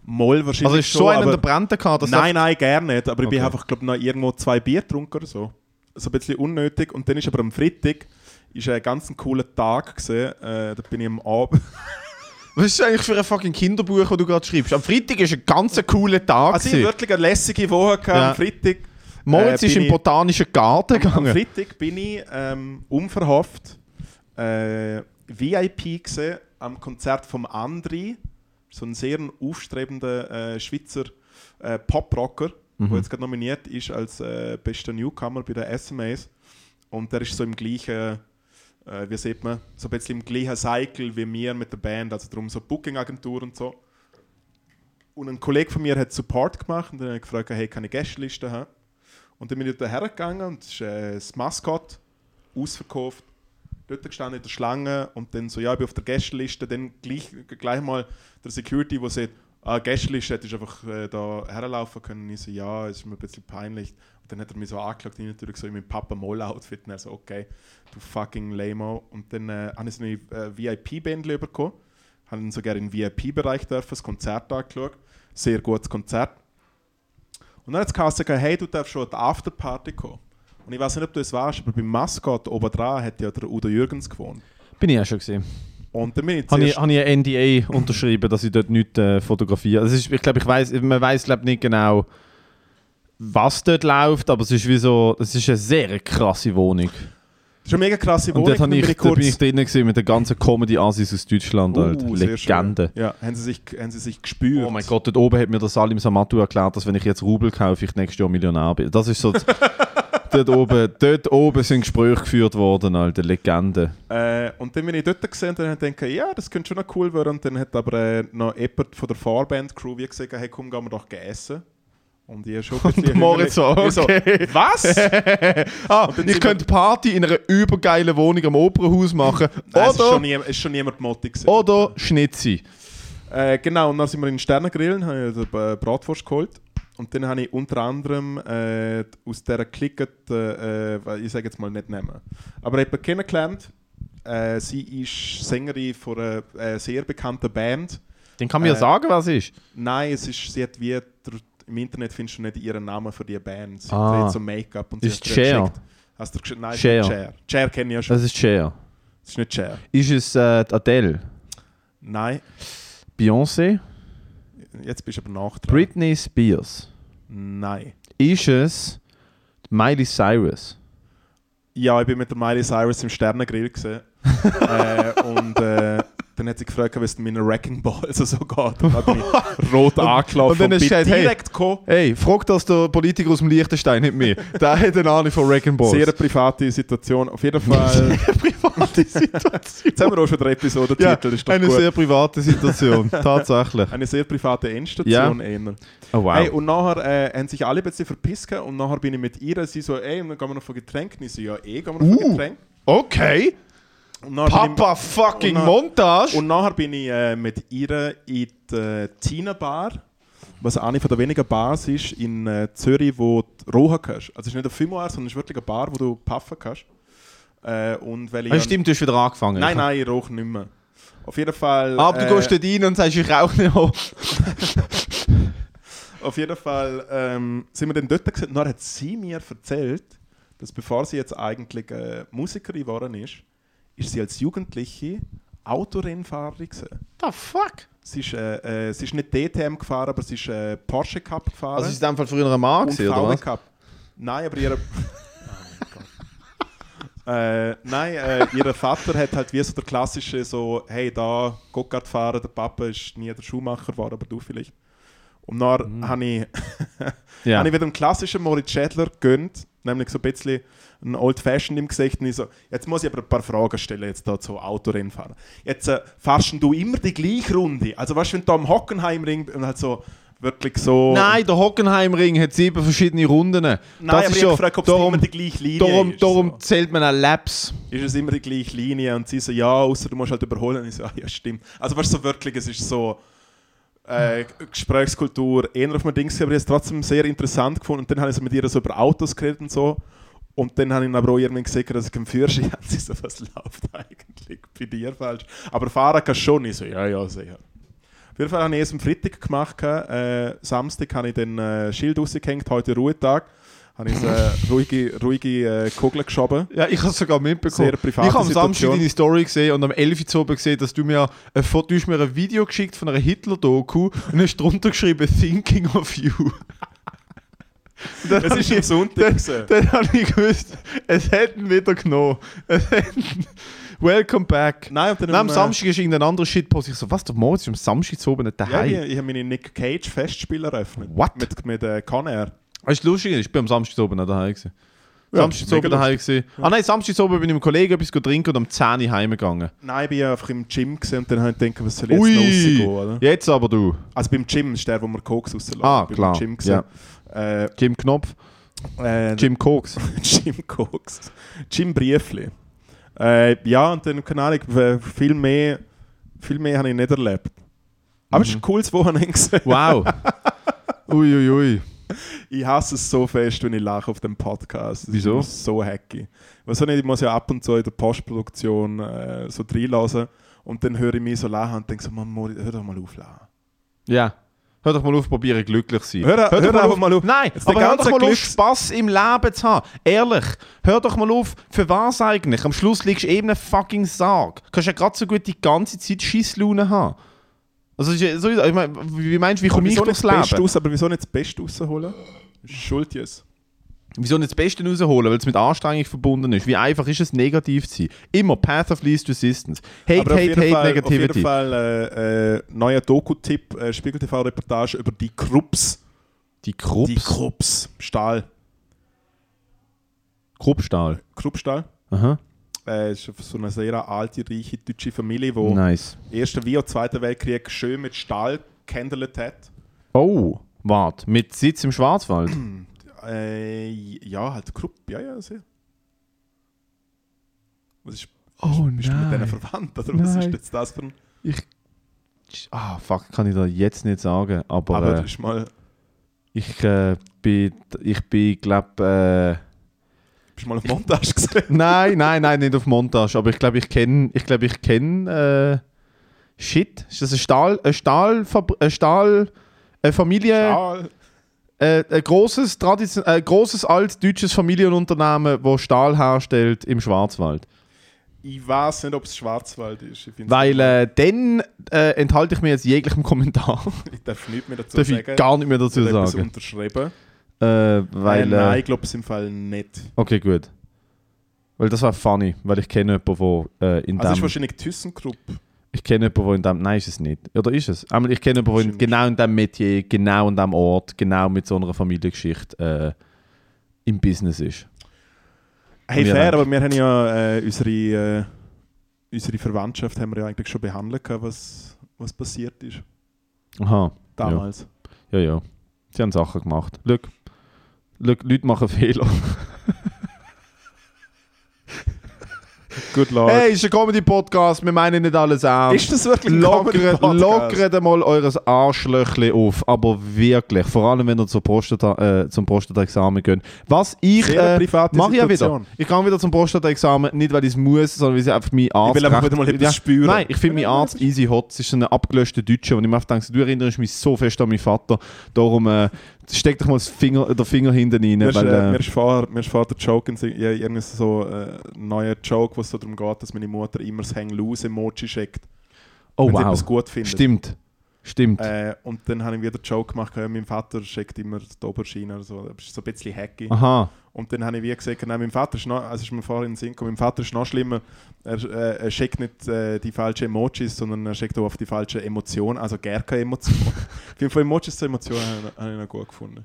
S1: Mal wahrscheinlich
S4: Also ist
S1: schon,
S4: so einen
S1: aber-
S4: der Brände gehabt, dass
S1: Nein, nein, gerne nicht. Aber ich bin
S4: Okay.
S1: einfach, glaube noch irgendwo zwei Bier getrunken oder so. So ein bisschen unnötig. Und dann ist aber am Freitag ist ein ganz cooler Tag gewesen. Äh, da bin ich am Abend.
S4: Was ist das eigentlich für ein fucking Kinderbuch, das du gerade schreibst? Am Freitag ist ein ganz cooler Tag.
S1: Also ich
S4: gewesen.
S1: hatte wirklich eine lässige Woche gehabt,
S4: Ja.
S1: am Freitag.
S4: Moritz
S1: äh,
S4: ist
S1: bin
S4: im
S1: ich-
S4: Botanischen Garten
S1: Am
S4: gegangen.
S1: Freitag bin ich ähm, unverhofft äh, VIP gewesen, am Konzert von Andri, so ein sehr aufstrebender äh, Schweizer äh, Poprocker, der jetzt gerade nominiert ist als äh, bester Newcomer bei der SMAs. Und der ist so im gleichen, äh, wie sieht man, so ein bisschen im gleichen Cycle wie wir mit der Band, also darum so Booking-Agentur und so. Und ein Kollege von mir hat Support gemacht und dann habe ich gefragt, hey, kann ich Gästeliste haben? Und dann bin ich da hergegangen und es ist, äh, das Maskott ausverkauft. Dort gestanden in der Schlange und dann so, ja, ich bin auf der Gästeliste. Dann gleich, gleich mal der Security, der sagt, ah, Gästeliste, hättest du einfach äh, da herlaufen können. Und ich so, ja, es ist mir ein bisschen peinlich. Und dann hat er mich so angeschaut, ich natürlich so in meinem Papa-Moll-Outfit. Und er so, okay, du fucking lame Und dann äh, habe ich so eine äh, VIP-Bändel bekommen. Habe dann sogar in den VIP-Bereich dürfen, das Konzert angeschaut. Sehr gutes Konzert. Und dann hat es geheißen, hey, du darfst schon an die Afterparty kommen. Und ich weiß nicht, ob du es weißt, aber beim Maskott oben dran hat ja der Udo Jürgens gewohnt.
S4: Bin ich ja schon gesehen.
S1: Und dann bin ich
S4: Habe ich,
S1: zuerst...
S4: habe ich ein NDA unterschrieben, dass ich dort nichts äh, fotografiere. Also es ist, ich glaube, ich weiß, man weiß glaube nicht genau, was dort läuft, aber es ist wie so, es ist eine sehr krasse Wohnung.
S1: Das ist eine mega krasse
S4: Und
S1: Wohnung.
S4: dort
S1: dann
S4: habe ich,
S1: bin
S4: da bin ich drinnen gewesen mit der ganzen Comedy-Assis aus Deutschland, Alter.
S1: Uh, sehr schön.
S4: Legende.
S1: Ja, haben sie sich, haben sie sich gespürt.
S4: Oh mein Gott, dort oben hat mir der Salim Samatu erklärt, dass wenn ich jetzt Rubel kaufe, ich nächstes Jahr Millionär bin. Das ist so. das- dort, oben, dort oben sind Gespräche geführt worden, Alter. Legende.
S1: Äh, und dann bin ich dort gesehen und dann habe ich gedacht, ja, das könnte schon noch cool werden. Und dann hat aber äh, noch jemand von der Fahrband-Crew wie gesagt, hey, komm, gehen wir doch essen. Und ich habe schon ein bisschen...
S4: Moritz so,
S1: hüngelig- Ich
S4: okay.
S1: Was? dann
S4: Ah, ich
S1: sind wir-
S4: könnte Party in einer übergeilen Wohnung am Opernhaus machen.
S1: Nein, es ist schon,
S4: oder,
S1: nie, es ist schon niemand mutig gewesen.
S4: oder Schnitzi.
S1: Äh, genau, und dann sind wir in Sternengrillen, haben ich eine Bratwurst geholt. Und dann habe ich unter anderem äh, aus dieser Clique, die, äh, ich sage jetzt mal nicht nehmen, aber ich habe kennengelernt. Äh, sie ist Sängerin von einer äh, sehr bekannten Band.
S4: Dann kann man ja
S1: Äh,
S4: sagen, was ist.
S1: Nein, es ist, sie hat wie, der, im Internet findest du nicht ihren Namen für die Band. Sie
S4: Ah.
S1: trägt so Make-up und sie
S4: Ist
S1: hat dir
S4: Cher?
S1: geschickt. Hast du geschickt? Nein, es ist
S4: Cher. Also
S1: nicht Cher. Cher kenne ich ja schon.
S4: Das ist Cher.
S1: Es ist nicht Cher.
S4: Ist es äh, die Adele?
S1: Nein,
S4: Beyoncé?
S1: jetzt bist du aber nach dran.
S4: Britney Spears?
S1: Nein.
S4: Ist es Miley Cyrus?
S1: Ja, ich bin mit der Miley Cyrus im Sternengrill gesehen. äh, und äh, dann dann hat sie gefragt, wie es mit einem Wrecking Ball also so geht. Und dann bin ich rot angelaufen
S4: und dann ist
S1: bin
S4: gesagt, hey.
S1: direkt gekommen.
S4: Hey, frag das der Politiker aus dem Liechtenstein, nicht mir. Der hat eine Ahnung von Wrecking Balls.
S1: Sehr private Situation. Auf jeden Fall.
S4: private Situation.
S1: Jetzt haben wir auch schon den Episodentitel.
S4: ja,
S1: das ist doch
S4: eine
S1: gut.
S4: sehr private Situation, tatsächlich.
S1: eine sehr private Endstation
S4: Ja.
S1: eher.
S4: Oh, wow.
S1: Hey, und nachher äh, haben sich alle ein bisschen verpisst und nachher bin ich mit ihr, sie so, ey, und dann gehen wir noch von Getränken. Ich so, ja, eh, gehen wir noch von
S4: Uh.
S1: Getränken.
S4: okay,
S1: Und nachher bin ich-
S4: Papa
S1: Und
S4: fucking
S1: dann-
S4: Montage.
S1: Und nachher bin ich äh, mit ihr in der Tina Bar, was eine von der wenigen Bars ist in äh, Zürich, wo du rohen kannst. Also es ist nicht ein Fimoir, sondern es ist wirklich eine Bar, wo du puffen kannst. Äh, und weil ich
S4: Ah, stimmt, du hast wieder angefangen.
S1: Nein, nein, ich rauche nicht mehr. Auf jeden Fall.
S4: Ah, Aber
S1: äh,
S4: du gehst dort rein und sagst, ich rauche nicht hoch.
S1: Auf jeden Fall ähm, sind wir dann dort gesehen. Dann hat sie mir erzählt, dass bevor sie jetzt eigentlich äh, Musikerin geworden ist, ist sie als Jugendliche Autorennfahrerin gewesen.
S2: The fuck?
S1: Sie ist, äh, äh, sie ist nicht DTM gefahren, aber sie ist äh, Porsche Cup gefahren.
S4: Also ist in dem Fall früher ein Mann
S1: und
S4: gewesen, oder was?
S1: Cup. Nein, aber ihr. oh mein Gott. Äh, nein, äh, ihr Vater hat halt wie so der klassische so, hey, da, Gokart fahren, der Papa ist nie der Schuhmacher geworden, aber du vielleicht. Und dann
S4: Mhm.
S1: habe ich,
S4: Ja.
S1: habe ich wieder einen klassischen Moritz Schädler gegönnt, nämlich so ein bisschen ein Old Fashioned im Gesicht. Und ich so, jetzt muss ich aber ein paar Fragen stellen, jetzt da zu Autorennen fahren. Jetzt äh, fahrst denn du immer die gleiche Runde. Also weißt du, wenn du da am Hockenheimring und halt so wirklich so...
S4: Nein, der Hockenheimring hat sieben verschiedene Runden. Nein,
S1: Nein, aber ich habe gefragt, ob es immer die gleiche Linie
S4: darum,
S1: ist.
S4: darum zählt man auch Laps.
S1: So. Ist es immer die gleiche Linie? Und sie so, ja, außer du musst halt überholen. Und ich so, ah, ja, stimmt. Also weißt du, so wirklich, es ist so äh, Gesprächskultur, eher auf mein Ding, gewesen, aber ich habe es trotzdem sehr interessant gefunden. Und dann habe ich so mit ihr so über Autos geredet und so. Und dann habe ich aber auch irgendwann gesehen, dass ich keinen Führerschein habe. Sie so, was läuft eigentlich bei dir falsch? Aber fahren kannst du schon. Ich so, ja, ja, sicher. Auf jeden Fall habe ich es am Freitag gemacht. Äh, Samstag habe ich den äh, Schild rausgehängt, heute Ruhetag. Habe ich so eine ruhige, ruhige äh, Kugel geschoben.
S4: Ja, ich habe es sogar mitbekommen.
S1: Sehr private
S4: ich habe am Samstag
S1: Situation.
S4: deine Story gesehen und am 11. Uhr zu oben gesehen, dass du mir ein Foto, du hast mir ein Video geschickt von einer Hitler-Doku und hast drunter geschrieben «Thinking of you». Und dann
S1: Es
S4: habe
S1: ist
S4: ich-
S1: am Sonntag. gewesen.
S4: Dann habe ich gewusst, es hätten wieder genommen. Es hätten... Welcome back.
S1: Nein, und dann
S4: Nein, am
S1: am, äh,
S4: Samstag ist irgendein anderer Shit post. Ich so, was, der Moritz ist am Samstag zu oben nicht
S1: Ja,
S4: daheim?
S1: ich, ich habe meine Nick Cage Festspiele eröffnet.
S4: What?
S1: Mit, mit äh, Conair.
S4: Weißt du, lustig, Ah, ist, ich bin am Samstag oben nicht daheim gewesen.
S1: Ja,
S4: Samstag
S1: mega
S4: oben daheim gewesen. Ah nein, Samstag oben bin ich mit einem Kollegen etwas trinken und am 10 Uhr heimgegangen.
S1: Nein, ich bin ja einfach im Gym gewesen und dann habe ich gedacht, was soll ich jetzt noch rausgehen, oder?
S4: jetzt aber du.
S1: Also beim Gym ist der, wo wir Koks rauslassen.
S4: Ah,
S1: Ich bin
S4: klar,
S1: Im Gym gewesen. Äh,
S4: Jim Knopf,
S1: äh,
S4: Jim Cox.
S1: Jim Cox. Jim Briefli. Äh, ja, und dann, keine Ahnung, w- viel mehr, viel mehr habe ich nicht erlebt. Aber
S4: Mhm.
S1: es war ein cooles Wochenende. gewesen.
S4: Wow. Uiuiui. Ui, ui.
S1: Ich hasse es so fest, wenn ich lache auf dem Podcast. Das
S4: Wieso?
S1: ist immer So hacky. Weißt du nicht, ich muss ja ab und zu in der Postproduktion äh, so reinlassen und dann höre ich mich so lachen und denke so, Mann, Mori, hör doch mal auf lachen.
S4: Ja. Hör doch mal auf, probieren glücklich zu sein.
S1: Hör- hör
S4: doch
S1: einfach mal auf.
S4: Nein,
S1: Jetzt
S4: aber
S1: den
S4: hör
S1: ganzen
S4: doch mal auf,
S1: Glücks-
S4: Spass im Leben zu haben. Ehrlich, hör doch mal auf, für was eigentlich? Am Schluss liegst du eben ein fucking Sarg. Kannst ja gerade so gut die ganze Zeit Scheisslaune haben. Also, ist ja sowieso- ich meine, wie meinst du, wie komme ich
S1: wieso
S4: durchs
S1: nicht das
S4: Leben?
S1: Beste raus, aber wieso nicht das Beste rausholen? Schuldiges.
S4: Wieso nicht das Beste rausholen, weil es mit Anstrengung verbunden ist? Wie einfach ist es, negativ zu sein? Immer Path of Least Resistance. Hate,
S1: Aber auf
S4: hate,
S1: jeden
S4: hate,
S1: Fall, auf jeden
S4: Negativity.
S1: Fall äh, äh, neuer Doku-Tipp, äh, Spiegel TV-Reportage über die Krups.
S4: Die
S1: Die
S4: Krups.
S1: Krups. Stahl.
S4: Krupstahl.
S1: Krupstahl.
S4: Aha.
S1: Äh, ist so eine sehr alte, reiche deutsche Familie, die
S4: Nice.
S1: Ersten wie auch Zweiten Weltkrieg schön mit Stahl gehandelt hat.
S4: Oh, warte. Mit Sitz im Schwarzwald.
S1: Äh, ja, halt Krupp, ja, ja, sehr. Was ist,
S4: Oh
S1: bist du mit denen verwandt? Oder was
S4: Nein.
S1: ist jetzt das für ein.
S4: Ah, fuck, kann ich da jetzt nicht sagen. Aber,
S1: Aber
S4: äh,
S1: das ist mal,
S4: ich äh, bin, ich bin, glaube äh,
S1: bist mal auf Montage gesehen.
S4: Nein, nein, nein, nicht auf Montage. Aber ich glaube, ich kenne, ich glaube, ich kenne, äh, shit. Ist das eine Stahl, eine Stahl, eine Stahl, eine Familie?
S1: Stahl.
S4: äh, ein großes, äh, großes altdeutsches Familienunternehmen, das Stahl herstellt im Schwarzwald.
S1: Ich weiß nicht, ob es Schwarzwald ist. Ich, find's-
S4: Weil äh, dann äh, enthalte ich mir jetzt jeglichem Kommentar.
S1: ich darf nichts mehr dazu
S4: Darf
S1: sagen.
S4: ich gar nicht mehr dazu
S1: Ich darf etwas
S4: sagen.
S1: unterschreiben.
S4: Äh, weil,
S1: äh, nein,
S4: äh,
S1: ich glaube es im Fall nicht.
S4: okay, gut. Weil das war funny, weil ich kenne jemanden, der äh, in
S1: Also es ist
S4: dem...
S1: wahrscheinlich ThyssenKrupp.
S4: Ich kenne jemanden, der in dem. Nein, ist es nicht. Oder ist es? Einmal, Ich kenne jemanden, der in- genau in diesem Metier, genau in diesem Ort, genau mit so einer Familiengeschichte äh, im Business ist.
S1: Hey,
S4: Wir
S1: fair,
S4: haben-
S1: aber wir haben ja äh, unsere, äh, unsere Verwandtschaft haben wir ja eigentlich schon behandelt, gehabt, was, was passiert ist
S4: Aha.
S1: damals.
S4: Ja, ja. Sie haben Sachen gemacht. Schau. Schau, Leute machen Fehler.
S1: Good Lord.
S4: Hey, ist ein Comedy-Podcast, wir meinen nicht alles ernst.
S1: ist das wirklich ein
S4: Lockert,
S1: Comedy-Podcast?
S4: lockert mal eures Arschlöchli auf, aber wirklich. Vor allem, wenn ihr zur Prostata, äh, zum Prostata-Examen geht. Was ich.
S1: Sehr
S4: Äh,
S1: private
S4: Mach ich ja wieder.
S1: Situation.
S4: Ich gehe wieder zum Prostata-Examen, nicht weil ich es muss, sondern weil ich einfach meinen
S1: Ich
S4: Arzt.
S1: will einfach
S4: recht-
S1: wieder mal etwas spüren.
S4: Nein, ich finde meinen
S1: Ja,
S4: Arzt easy hot. Es ist so ein abgelöschter Deutscher. Und ich mir einfach denke, du erinnerst mich so fest an meinen Vater. Darum äh, steck doch mal das Finger, den Finger hinten rein.
S1: Mir ist,
S4: weil,
S1: äh,
S4: äh,
S1: mir ist vorher, mir ist vorher der Joke, in- ja, irgendwie so äh, ein neuer Joke, wo es so darum geht, dass meine Mutter immer das Hang-Loose-Emoji schickt,
S4: oh,
S1: wenn sie
S4: wow.
S1: etwas gut findet.
S4: Stimmt. Stimmt.
S1: Äh, und dann habe ich wieder einen Joke gemacht, ja, mein Vater schickt immer die Oberschiene, so, das ist so ein bisschen hacky.
S4: Aha.
S1: Und dann habe ich wie gesagt, nein, mein Vater ist noch, also ist mir vorhin in den Sinn gekommen, mein Vater ist noch schlimmer, er, äh, er schickt nicht äh, die falschen Emojis, sondern er schickt auch auf die falsche Emotion, also gar keine Emotion. Auf jeden Fall Emojis zu Emotionen habe ich- habe ich noch gut gefunden.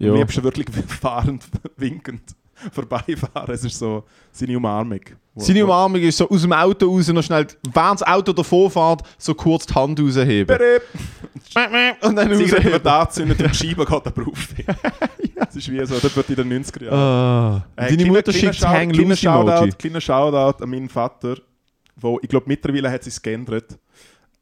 S1: Am
S4: Ja.
S1: liebsten wirklich fahrend, winkend vorbeifahren. Es ist so seine Umarmung. Wo-
S4: Seine
S1: wo-
S4: Umarmung ist so aus dem Auto raus, noch schnell, während das Auto davor fährt, so kurz die Hand rausheben.
S1: Berüb!
S4: Und dann
S1: Die Zigarette wird
S4: rausheben.
S1: angezündet und die Scheibe geht ab rauf. Das ist wie so, das wird in den 90er Jahren.
S4: Ah.
S1: Äh,
S4: Deine
S1: kleiner-
S4: Mutter
S1: kleiner
S4: schickt
S1: Shout-
S4: hang
S1: kleiner
S4: loose emoji
S1: Shoutout, kleiner Shoutout an meinen Vater, wo ich glaube mittlerweile hat sich geändert,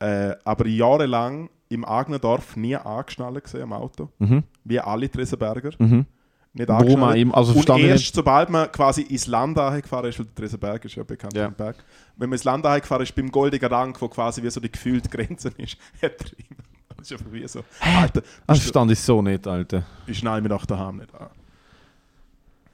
S1: äh, aber jahrelang im eigenen Dorf nie angeschnallt gesehen am Auto,
S4: Mhm.
S1: wie alle Tresenberger.
S4: Mhm.
S1: Nicht
S4: Warum auch immer, also
S1: und
S4: verstanden
S1: erst
S4: nicht.
S1: sobald man quasi ins Land gefahren ist, weil der Tresenberg ist ja bekannt
S4: Ja.
S1: yeah. Berg, wenn man ins Land gefahren ist, beim Goldigen Rang, wo quasi wie so die gefühlte Grenze ist, hat er immer, das ist einfach wie so, Alter,
S4: Das
S1: bist du-
S4: verstand ich so nicht, Alter.
S1: ich schnall mir doch daheim nicht an.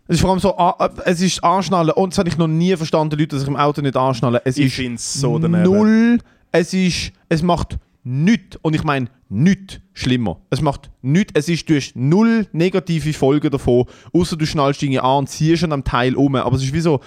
S4: Es ist vor allem so, ah, äh, es ist anschnallen. Und das habe ich noch nie verstanden, Leute, dass ich im Auto nicht anschnallen. Es
S1: Ich
S4: ist
S1: finde es so daneben.
S4: null. Es ist, es macht nichts. Und ich meine nichts schlimmer. Es macht nichts. Es ist, du hast null negative Folgen davon, außer du schnallst Dinge an und ziehst an einem Teil um. Aber es ist wie so,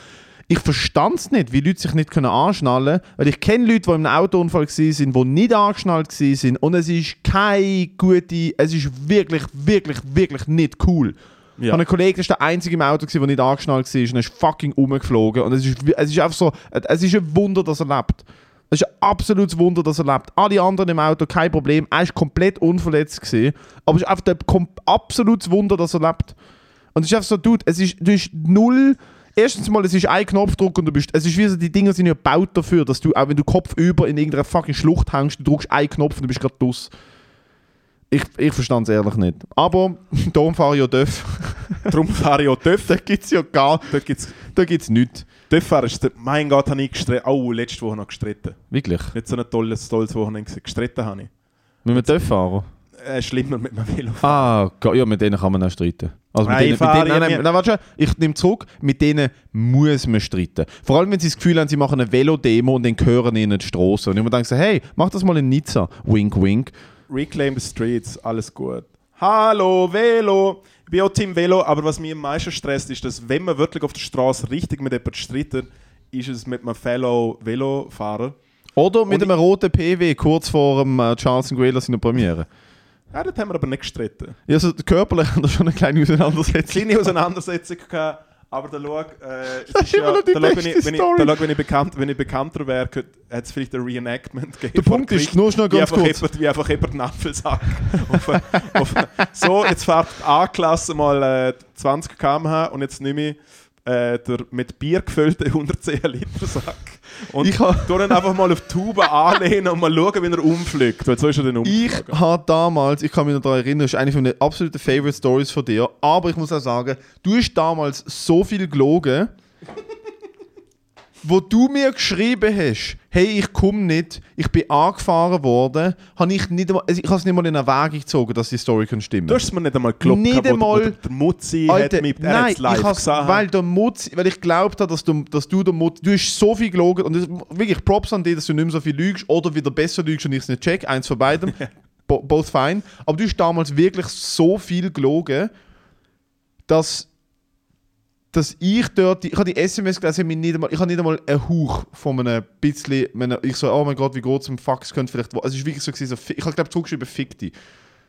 S4: ich verstand es nicht, wie Leute sich nicht können anschnallen können. Weil ich kenne Leute, die im Autounfall waren, die nicht angeschnallt waren. Und es ist keine gute, es ist wirklich, wirklich, wirklich nicht cool. Ich
S1: Ja.
S4: habe einen Kollegen, der ist der Einzige im Auto, gewesen, der nicht angeschnallt war und er ist fucking rumgeflogen. Und es ist, wie- es ist einfach so, es ist ein Wunder, dass er lebt. Es ist ein absolutes Wunder, dass er lebt. Alle anderen im Auto, kein Problem. Er ist komplett unverletzt gewesen, aber es ist einfach ein kom- absolutes Wunder, dass er lebt. Und es ist einfach so, Dude, es ist, du hast null. Erstens mal, es ist ein Knopfdruck und du bist. Es ist wie so, die Dinger sind ja gebaut dafür, dass du, auch wenn du Kopf über in irgendeiner fucking Schlucht hängst, du drückst einen Knopf und du bist gerade draus. Ich, ich verstand es ehrlich nicht. Aber darum fahre ich ja Döf.
S1: Darum fahre ich auch Töpfe.
S4: Da gibt es ja gar
S1: Dort gibt's
S4: da gibt's nichts.
S1: Töpfer ist der, mein Gott, habe ich gestritten. Oh, letzte Woche noch gestritten.
S4: Wirklich?
S1: Nicht so ein tolles, tolles Wochenende. gewesen. Gestritten habe ich.
S4: Mit einem Döf-Fahrer?
S1: Äh, schlimmer mit meinem Velo.
S4: Ah, Gott, ja, mit denen kann man auch streiten. Also mit
S1: Nein,
S4: denen,
S1: ich
S4: mit
S1: fahre
S4: denen, nein,
S1: ja
S4: nein,
S1: nie-
S4: nein, warte schon, ich nehme zurück, mit denen muss man streiten. Vor allem, wenn sie das Gefühl haben, sie machen eine Velodemo und dann gehören ihnen die Straße. Und ich mir denke so, hey, mach das mal in Nizza. Wink, wink.
S1: Reclaim the Streets, alles gut. Hallo, Velo! Ich bin auch Team Velo, aber was mich am meisten stresst, ist, dass wenn man wirklich auf der Straße richtig mit jemandem streitet, ist es mit einem Fellow Velofahrer.
S4: Oder mit
S1: Und
S4: einem roten PW kurz vor dem äh, Charles Nguyelas in der Premiere.
S1: Ja, das haben wir aber nicht gestritten.
S4: Ja, also körperlich haben wir schon eine kleine Auseinandersetzung.
S1: kleine Auseinandersetzung gehabt, aber da schau, äh, es ist
S4: immer
S1: ja,
S4: noch die
S1: da schau, wenn
S4: beste
S1: ich, wenn ich,
S4: Story.
S1: da schau, wenn ich, bekannt, wenn ich bekannter wäre, hätte es vielleicht ein Reenactment gegeben.
S4: Der Punkt
S1: vor
S4: ist,
S1: Gericht,
S4: nur schnell
S1: wie
S4: ganz
S1: einfach
S4: kurz.
S1: Jemand, wie einfach jemand einen Apfelsack. auf, äh, auf, so, jetzt fährt die A-Klasse mal äh, 20 km/h und jetzt nehme ich äh, der mit Bier gefüllte 110 Liter Sack. Und
S4: Ich ha-
S1: tu ihn einfach mal auf die Tube anlehnen und mal schauen, wie er umfliegt. Weil so ist er dann um.
S4: Ich
S1: umgeflogen.
S4: habe damals, ich kann mich noch daran erinnern, das ist eine meiner absoluten Favorite Stories von dir, aber ich muss auch sagen, du hast damals so viel gelogen, wo du mir geschrieben hast, hey, ich komme nicht, ich bin angefahren worden, habe ich nicht einmal, also ich habe es nicht mal in Erwägung gezogen, dass die Story kann stimmen
S1: Du hast es mir nicht einmal geglaubt,
S4: Nicht
S1: gehabt, wo-
S4: einmal-
S1: wo der- der Mutzi hat mich er hat's
S4: nein,
S1: live
S4: ich has,
S1: gesehen.
S4: weil der Mutz, weil ich glaubt habe, dass du, dass du der Mutz, du hast so viel gelogen und das, wirklich Props an dich, dass du nicht mehr so viel lügst oder wieder besser lügst und ich es nicht check, eins von beidem, Bo both fine, aber du hast damals wirklich so viel gelogen, dass dass ich dort, die- ich habe die SMS gelesen, ich habe mich nicht einmal, ich habe nicht einmal einen Hauch von einem bisschen, meiner- ich so, oh mein Gott, wie geht's im Fax, könnte vielleicht, wo- also es ist wirklich so, gewesen, so fi- ich habe glaube zugeschrieben, fick dich.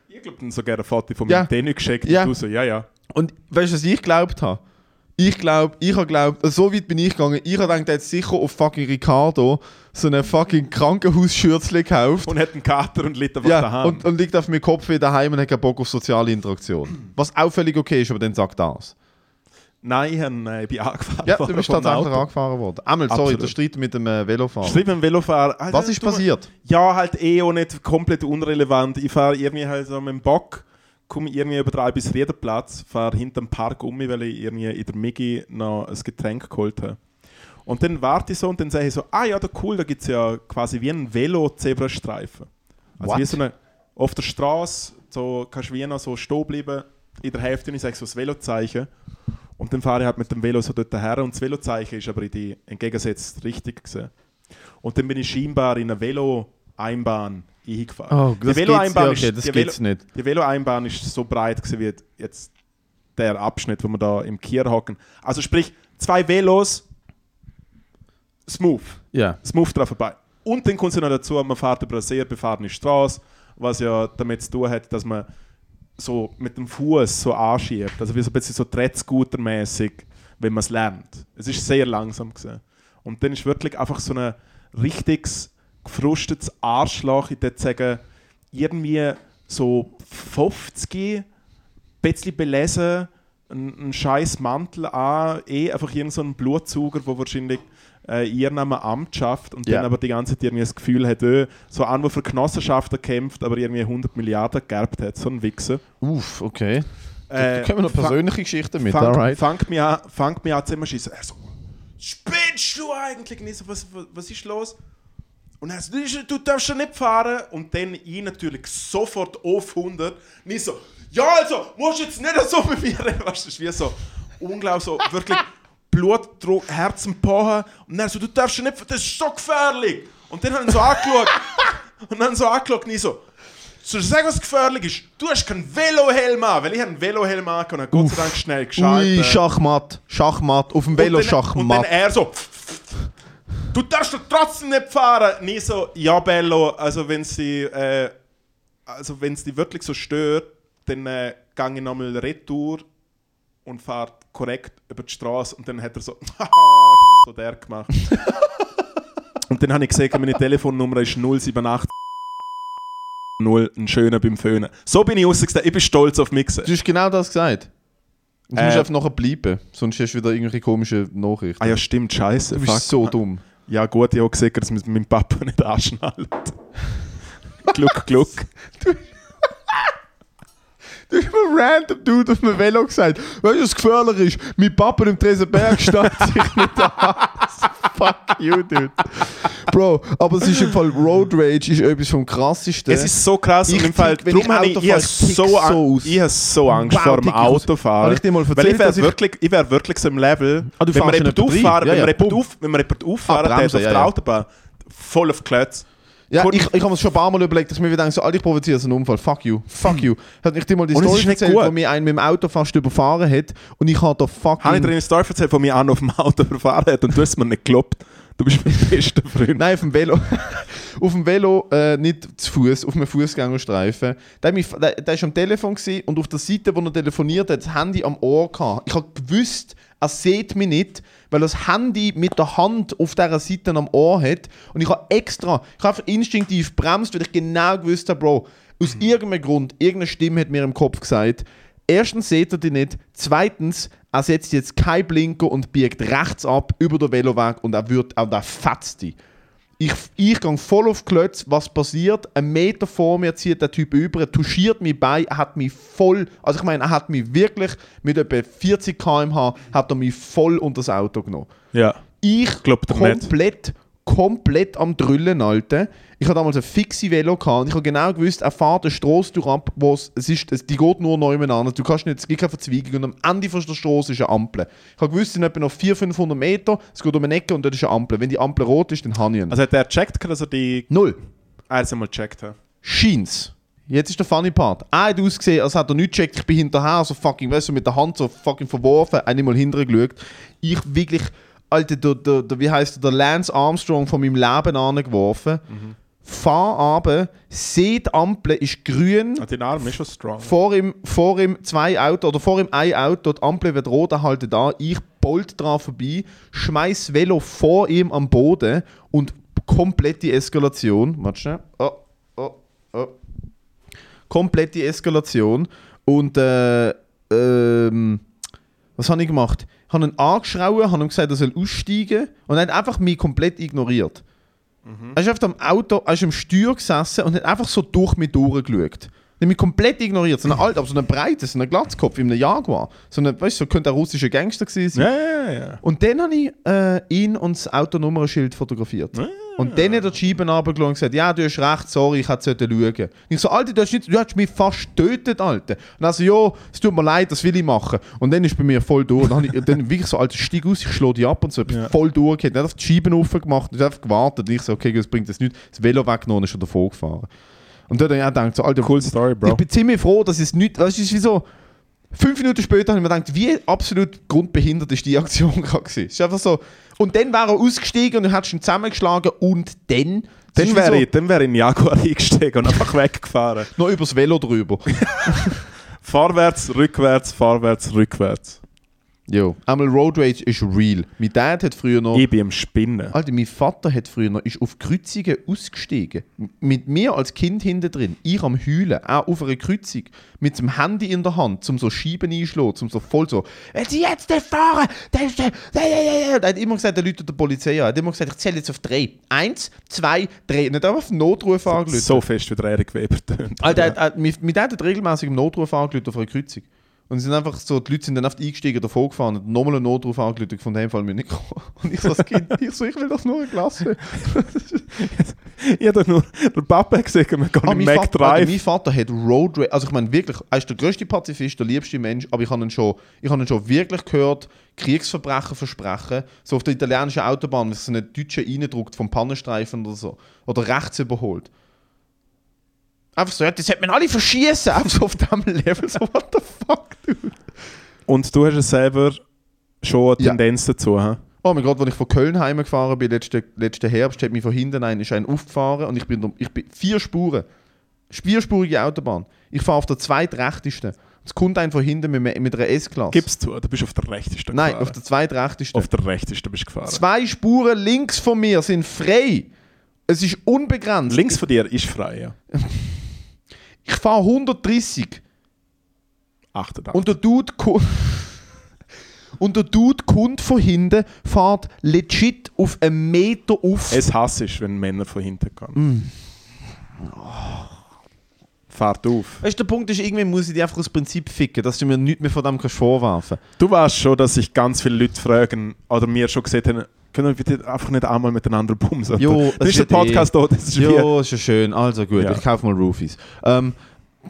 S1: Ich glaube, dann sogar ein Foto von
S4: Ja.
S1: meinem Tennis geschickt
S4: Ja.
S1: und du so, ja, ja.
S4: Und weißt du, was ich geglaubt habe? Ich glaube, ich habe geglaubt, also so weit bin ich gegangen, ich habe gedacht, der hat sicher auf fucking Ricardo so einen fucking Krankenhausschürzli gekauft.
S1: Und hat einen Kater und liegt einfach
S4: Ja,
S1: daheim.
S4: und, und liegt auf meinem Kopf wieder daheim und hat keinen Bock auf soziale Interaktion. Was auch völlig okay ist, aber dann sagt das.
S1: Nein, ich hab- äh, ich bin angefahren.
S4: Ja, du bist
S1: vom
S4: tatsächlich
S1: Auto.
S4: angefahren worden. Einmal, sorry,
S1: Absolut.
S4: der Streit mit dem äh, Velofahrer.
S1: Schreib dem Velofahrer. Alter,
S4: Was ist
S1: du-
S4: passiert?
S1: Ja, halt eh auch nicht komplett unrelevant. Ich fahre irgendwie halt so mit dem Bock, komme irgendwie über drei bis Riederplatz, fahre hinterm Park um, weil ich irgendwie in der Migi noch ein Getränk geholt habe. Und dann warte ich so und dann sage ich so, ah ja, da cool, da gibt es ja quasi wie einen Velo-Zebrastreifen. Also
S4: What?
S1: wie so eine, auf der Straße, so kannst du wie noch so stehen bleiben, in der Hälfte und ich sage so das Velozeichen. Und dann fahre ich halt mit dem Velo so dort her und das Velozeichen ist aber in die entgegengesetzt richtig gesehen. Und dann bin ich scheinbar in eine Velo-Einbahn eingefahren.
S4: Oh, das
S1: Velo-Einbahn
S4: geht's- ja, okay, das
S1: die Velo-
S4: geht's nicht.
S1: Die Velo-Einbahn ist so breit gewesen, wie jetzt der Abschnitt, wo wir da im Kier hocken. Also sprich, zwei Velos, smooth,
S4: Ja.
S1: smooth drauf vorbei. Und dann kommt es ja noch dazu, man fährt über eine sehr befahrene Straße, was ja damit zu tun hat, dass man so mit dem Fuß so anschiebt. Also wie so ein bisschen so Trettscooter-mäßig, wenn man es lernt. Es ist sehr langsam gewesen. Und dann ist wirklich einfach so ein richtiges gefrustetes Arschloch, ich würde sagen, irgendwie so 50, ein bisschen belesen, einen, einen scheiß Mantel an, eh einfach irgend so ein Blutzauger, der wahrscheinlich äh, ihren Amt schafft und
S4: Ja.
S1: dann aber die ganze Zeit irgendwie das Gefühl hat, öh, so an, der für Genossenschaften kämpft, aber irgendwie 100 Milliarden geerbt hat, so ein Wichser.
S4: Uff, okay.
S1: Äh,
S4: da können wir noch
S1: fa-
S4: persönliche Geschichten mit,
S1: fang,
S4: alright?
S1: Fangt mich an, fangt mich an zu schießen. Er so, spinnst du eigentlich nicht? So, was, was, was ist los? Und er so, «Nicht, du darfst ja nicht fahren. Und dann ich natürlich sofort auf 100. Nicht so, ja also, musst jetzt nicht so mit mir reden. Weißt du, das ist wie so, unglaublich so, wirklich Blutdruck, Herzen pochen. Und er so, du darfst ja nicht fahren, das ist so gefährlich. Und dann haben ihn so angeschaut. und dann so angeschaut, nicht so, soll ich sagen, was gefährlich ist? Du hast keinen Velohelm an, weil ich habe einen Velohelm an und habe Gott sei Dank schnell geschaltet.
S4: Ui, Schachmatt, Schachmatt, auf dem Velo
S1: Und dann, und dann
S4: Schachmatt.
S1: er so. Du darfst doch trotzdem nicht fahren. Nie so, ja Bello, also wenn sie, äh, also wenn es dich wirklich so stört, dann äh, gehe ich nochmal retour und fahre korrekt über die Straße und dann hat er so, so der gemacht. und dann habe ich gesehen, meine Telefonnummer ist 078 0, ein schöner beim Föhnen. So bin ich rausgestanden, ich bin stolz auf mich. gewesen.
S4: Du hast genau das gesagt. Du
S1: Äh,
S4: musst einfach nachher bleiben, sonst hast du wieder irgendwelche komischen Nachrichten.
S1: Ah ja, stimmt, scheiße.
S4: Du bist so dumm.
S1: Ja, gut, ich habe gesehen, dass mit meinem Papa nicht anschnallt. Gluck, gluck.
S4: Du hast einem random Dude auf einem Velo gesagt, weißt du, was gefährlich ist? Mein Papa im Tresenberg steht sich nicht an. Fuck you, dude. Bro, aber es ist im Fall Road Rage ist etwas vom krassesten.
S1: Es ist so krass
S4: Ich
S1: und im Fall,
S4: tick, wenn
S1: darum
S4: ich
S1: habe ich,
S4: Auto
S1: ich,
S4: fahre,
S1: habe
S4: ich tick
S1: so an,
S4: so aus.
S1: ich habe so Angst
S4: Wow,
S1: vor dem
S4: tick ich aus.
S1: Autofahren.
S4: Habe ich dir mal
S1: Weil
S4: erzählt,
S1: ich wäre
S4: dass ich-
S1: wirklich, ich wäre wirklich so im Level,
S4: Ah, du
S1: wenn wir
S4: fährst in
S1: jemand
S4: etwa drei.
S1: auffahren,
S4: Ja,
S1: wenn
S4: ja,
S1: wir jemand
S4: bumm.
S1: auf, wenn wir jemand auffahren,
S4: Ah,
S1: der ist
S4: Bremse,
S1: auf
S4: ja,
S1: der
S4: ja.
S1: Autobahn voll auf die Klötze.
S4: ja,
S1: Kurz-
S4: ich, ich habe es schon ein paar Mal überlegt, dass ich mir wieder denke, so, Alter, ich provoziere so einen Unfall. Fuck you, fuck you. Hat nicht mal die
S1: Und es
S4: Story
S1: ist nicht
S4: erzählt,
S1: gut.
S4: wo mir einen mit dem Auto fast überfahren hat und ich habe da
S1: Habe ich dir
S4: fucking...
S1: eine Story erzählt, von mir an auf dem Auto verfahren hat und du hast mir nicht geglaubt. Du bist mein bester Freund.
S4: Nein, auf dem Velo. auf dem Velo, äh, nicht zu Fuß, auf einem Fußgängerstreifen. Der, hat mich, der, der ist am Telefon gewesen und auf der Seite, wo er telefoniert hat, das Handy am Ohr gehabt. Ich habe gewusst, er sieht mich nicht, weil er das Handy mit der Hand auf dieser Seite am Ohr hat. Und ich habe extra, ich habe einfach instinktiv bremst, weil ich genau gewusst habe, Bro, aus irgendeinem Grund, irgendeine Stimme hat mir im Kopf gesagt, Erstens seht ihr die nicht. Zweitens, er setzt jetzt keinen Blinker und biegt rechts ab über den Veloweg und er, wird, und er fetzt die. Ich, ich gehe voll auf die Klötz, was passiert? Ein Meter vor mir zieht der Typ über, er touchiert mich bei, er hat mich voll, also ich meine, er hat mich wirklich mit etwa 40 km/h hat er mich voll unter das Auto genommen.
S1: Ja.
S4: Ich
S1: Glaub doch nicht.
S4: komplett, komplett am Drüllen, Alter. Ich hatte damals ein fixe Velo gehabt und ich habe genau gewusst, er fährt eine Strasse durch ab, wo es, es ist, es, die geht nur nebeneinander. Du kannst nicht, es gibt keine Verzweigung und am Ende von der Straße ist eine Ampel. Ich habe gewusst, es sind etwa noch 400, 500 Meter, es geht um eine Ecke und dort ist eine Ampel. Wenn die Ampel rot ist, dann habe ich ihn.
S1: Also hat er gecheckt, dass er die...
S4: Null.
S1: Ah, er hat mal gecheckt. hat.
S4: Scheint's. Jetzt ist der funny Part. Er hat ausgesehen, als hat er nicht gecheckt, ich bin hinterher, so fucking, weißt du, mit der Hand so fucking verworfen, einmal hinterher geschaut. Ich wirklich, Alter, der, der, der, wie heißt der, der Lance Armstrong von meinem Leben angeworfen. Fahr runter, seht die Ampel ist grün,
S1: Ah, Dein Arm ist schon strong.
S4: vor ihm, vor ihm zwei Auto oder vor ihm ein Auto, die Ampel wird rot, er haltet an, ich bolt dran vorbei, schmeiß das Velo vor ihm am Boden und komplette Eskalation. Warte schnell. Oh, oh, oh. Komplette Eskalation. Und äh, ähm, was habe ich gemacht? Ich habe ihn angeschraubt, habe ihm gesagt, er soll aussteigen und er hat einfach mich komplett ignoriert. Er ist auf dem Auto, er ist im Steuer gesessen und hat einfach so durch mich durchgeschaut. Er hat mich komplett ignoriert. So ein alt, aber so ein breites, so ein Glatzkopf wie in einem Jaguar. So ein, weißt du, so könnte ein russischer Gangster gewesen sein.
S1: Ja, ja, ja.
S4: Und dann habe ich äh, ihn und das Autonummernschild fotografiert. Und dann hat er die Scheiben runtergelassen und gesagt, ja, du hast recht, sorry, ich hätte schauen sollen. Und ich so, Alter, du hast, nicht, du hast mich fast getötet, Alter. Und er so, ja, es tut mir leid, das will ich machen. Und dann ist bei mir voll durch. Und dann, habe ich, dann wirklich so, Alter, steig aus, ich schlage dich ab und so,
S1: Ja.
S4: voll durchgeht. Dann hat er die Scheiben aufgemacht und einfach gewartet. Und ich so, okay, das bringt das nichts. Das Velo weggenommen und ist schon davor gefahren. Und dann habe ich auch gedacht, so, Alter,
S1: Cool Story,
S4: ich
S1: Bro.
S4: bin ziemlich froh, dass es nicht. Das ist wie so. Fünf Minuten später habe ich mir gedacht, wie absolut grundbehindert ist die Aktion gerade gewesen. Es ist einfach so. Und dann wäre er ausgestiegen und dann hättest du ihn zusammengeschlagen und dann. Es
S1: Dann
S4: ist wie
S1: wäre
S4: so,
S1: ich, dann wäre ich in Jaguar eingestiegen und einfach weggefahren.
S4: Noch übers Velo drüber.
S1: Vorwärts, rückwärts, vorwärts, rückwärts.
S4: jo. Einmal Road Rage ist real. Mein Dad hat früher noch.
S1: Ich bin am Spinnen.
S4: Alter, mein Vater hat früher noch, ist auf Kreuzungen ausgestiegen. M- Mit mir als Kind hinten drin. Ich am Heulen, auch auf einer Kreuzung. Mit dem Handy in der Hand, zum so Schieben einschlagen, zum so voll so, wenn sie jetzt nicht fahren, dann ist der, der, der, der, der. Er hat immer gesagt, der Leute der Polizei an. Er hat immer gesagt, ich zähle jetzt auf drei. Eins, zwei, drei. Nicht einfach auf den Notruf angelötet.
S1: So fest wie der Erik Weber tönt.
S4: Alter, er, hat- er, mit, mit hat regelmäßig im Notruf angelötet auf einer Kreuzung. Und sie sind einfach so, die Leute sind dann oft eingestiegen, davor gefahren und nochmal einen Notruf angelötet, von dem Fall müssen wir nicht kommen. Und ich so als Kind, ich so, ich will doch nur eine Klasse.
S1: Ich habe nur den Papa gesehen, wir gehen
S4: Ah,
S1: im
S4: mein,
S1: Mac
S4: Vater, Alter, mein
S1: Drive.
S4: Vater hat Road Rage. Also ich meine wirklich, er ist der größte Pazifist, der liebste Mensch, aber ich habe ihn schon, ich habe ihn schon wirklich gehört, Kriegsverbrechen versprechen, so auf der italienischen Autobahn, wenn sich so ein Deutscher reindruckt vom Pannenstreifen oder so, oder rechts überholt. Einfach so, ja, das hätte man alle verschießen, einfach so auf diesem Level, so what the fuck, dude.
S1: Und du hast es selber schon eine
S4: Ja.
S1: Tendenz dazu. He?
S4: Oh mein Gott, als ich von Köln heimgefahren bin, letzten, letzten Herbst, hat mich von hinten ein, ist ein aufgefahren und ich bin, um, ich bin vier Spuren. Vierspurige Autobahn. Ich fahre auf der zweitrechtesten. Es kommt ein von hinten mit, mit einer S-Klasse.
S1: Gib's zu, du bist auf der rechtesten
S4: Nein,
S1: gefahren.
S4: auf der zweitrechtesten.
S1: auf der rechtesten bist du gefahren.
S4: Zwei Spuren links von mir sind frei. Es ist unbegrenzt.
S1: Links von dir ist frei. Ja.
S4: Ich fahre 130.
S1: 88.
S4: Und der Dude ko- Und der Dude kommt von hinten, fährt legit auf einen Meter auf.
S1: es hasse ich, wenn Männer von hinten kommen.
S4: Mm.
S1: Fahrt auf.
S4: Weißt du, der Punkt ist, irgendwie muss ich dich einfach aus Prinzip ficken, dass du mir nichts mehr von dem kannst vorwerfen
S1: Du weißt schon, dass sich ganz viele Leute fragen oder mir schon gesagt haben, können wir bitte einfach nicht einmal miteinander bumsen?
S4: Jo,
S1: das
S4: es
S1: ist der
S4: wird
S1: Podcast da, das ist wie,
S4: Jo, ist ja schön. Also gut,
S1: Ja.
S4: ich kaufe mal Roofies. Ähm,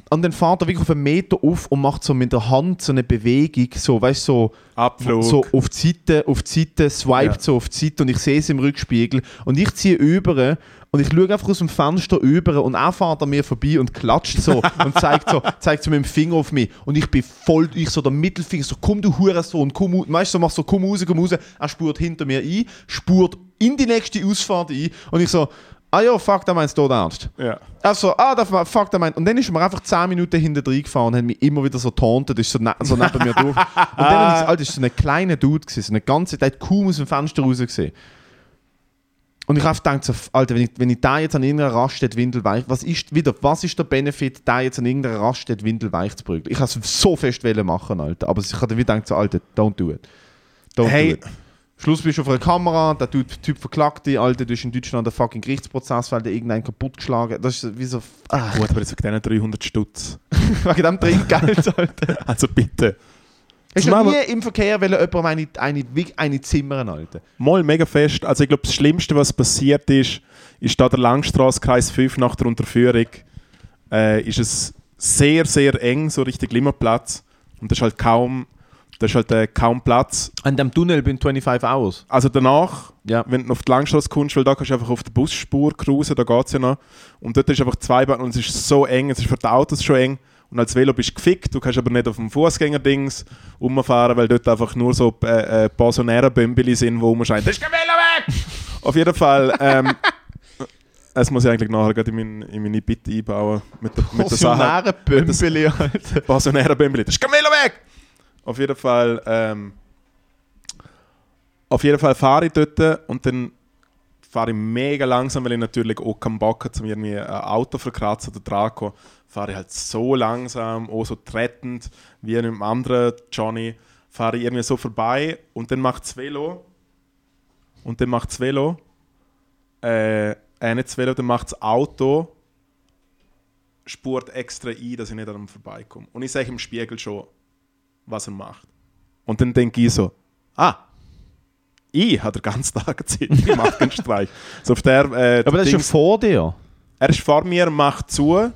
S4: und dann fährt er wirklich auf einen Meter auf und macht so mit der Hand so eine Bewegung, so, weißt du, so,
S1: Abflug.
S4: so auf die Seite, auf die Seite, swiped
S1: Ja.
S4: so auf die Seite und ich sehe es im Rückspiegel und ich ziehe über und ich schaue einfach aus dem Fenster über und er fährt an mir vorbei und klatscht so und zeigt so, zeigt so mit dem Finger auf mich und ich bin voll, ich so der Mittelfinger, so komm du Hurensohn, komm raus, weißt du, so machst so komm raus, komm raus, er spurt hinter mir ein, spurt in die nächste Ausfahrt ein und ich so, ah ja, fuck, da meinst du tot ernst.
S1: ja.
S4: Also, ah, da, fuck, da meint. Und dann ist mir einfach 10 Minuten hinter drin gefahren und hat mich immer wieder so tauntet, ist so, ne so neben mir durch. Und dann habe ich gesagt, Alter, das war so ein kleiner Dude, gewesen, so eine ganze, der hat kaum aus dem Fenster raus gesehen. Und ich habe gedacht, so, Alter, wenn ich, wenn ich da jetzt an irgendeiner Raststätte Windelweich, was ist wieder, was ist der Benefit, da jetzt an irgendeiner Raststätte Windelweich zu prügeln? Ich habe es so fest wollen machen, Alter. Aber ich habe dann wieder gedacht, so, Alter, don't do it. Don't
S1: Hey.
S4: do it. Schluss bist du auf einer Kamera, der Typ, typ verklagt dich, Alter, du bist in Deutschland der fucking Gerichtsprozess, weil der irgendeinen kaputtgeschlagen Das ist wie so. Ach,
S1: Gut, aber jetzt wegen diesen 300 Stutz.
S4: wegen dem Trinkgeld, Alter.
S1: Also bitte.
S4: Hast du
S1: Zumal-
S4: noch nie im Verkehr wollen, jemandem eine, eine, eine, eine zimmern, Alter?
S1: Mal mega fest. Also ich glaube, das Schlimmste, was passiert ist, ist da der Langstrasse Kreis 5 nach der Unterführung, äh, ist es sehr, sehr eng, so richtig Limmerplatz. Und das ist halt kaum, Da ist halt äh, kaum Platz.
S4: An dem Tunnel bin 25 Hours.
S1: Also danach,
S4: Ja.
S1: wenn du auf die Langstrasse kommst, weil da kannst du einfach auf der Busspur cruisen, da geht es ja noch. Und dort ist einfach zwei Bahnen und es ist so eng, es ist für die Autos schon eng. Und als Velo bist du gefickt, du kannst aber nicht auf dem Fußgängerdings rumfahren, weil dort einfach nur so äh, äh, Basonera-Bömbeli sind, wo rumscheint. Das ist kein Velo weg! auf jeden Fall, ähm, das muss ich eigentlich nachher gerade in, mein, in meine Bitte einbauen. Mit der, mit der Sache.
S4: Bömpeli, Alter.
S1: Basonera Bömbeli. Das ist Camelo weg! Auf jeden Fall, ähm, auf jeden Fall fahre ich dort und dann fahre ich mega langsam, weil ich natürlich auch keinen Bock habe, um irgendwie ein Auto verkratzen oder dran zu kommen. Fahre ich halt so langsam, auch so trettend, wie an einem anderen Johnny. Fahre ich irgendwie so vorbei und dann macht das Velo und dann macht das Velo äh, äh, nicht das Velo, dann macht das Auto spurt extra ein, dass ich nicht an ihm vorbeikomme. Und ich sehe im Spiegel schon, was er macht. Und dann denke ich so, ah, ich habe den ganzen Tag Zeit, ich mache den Streich. So auf der, äh,
S4: Aber das ist schon
S1: Dings-
S4: vor dir.
S1: er ist vor mir, macht zu,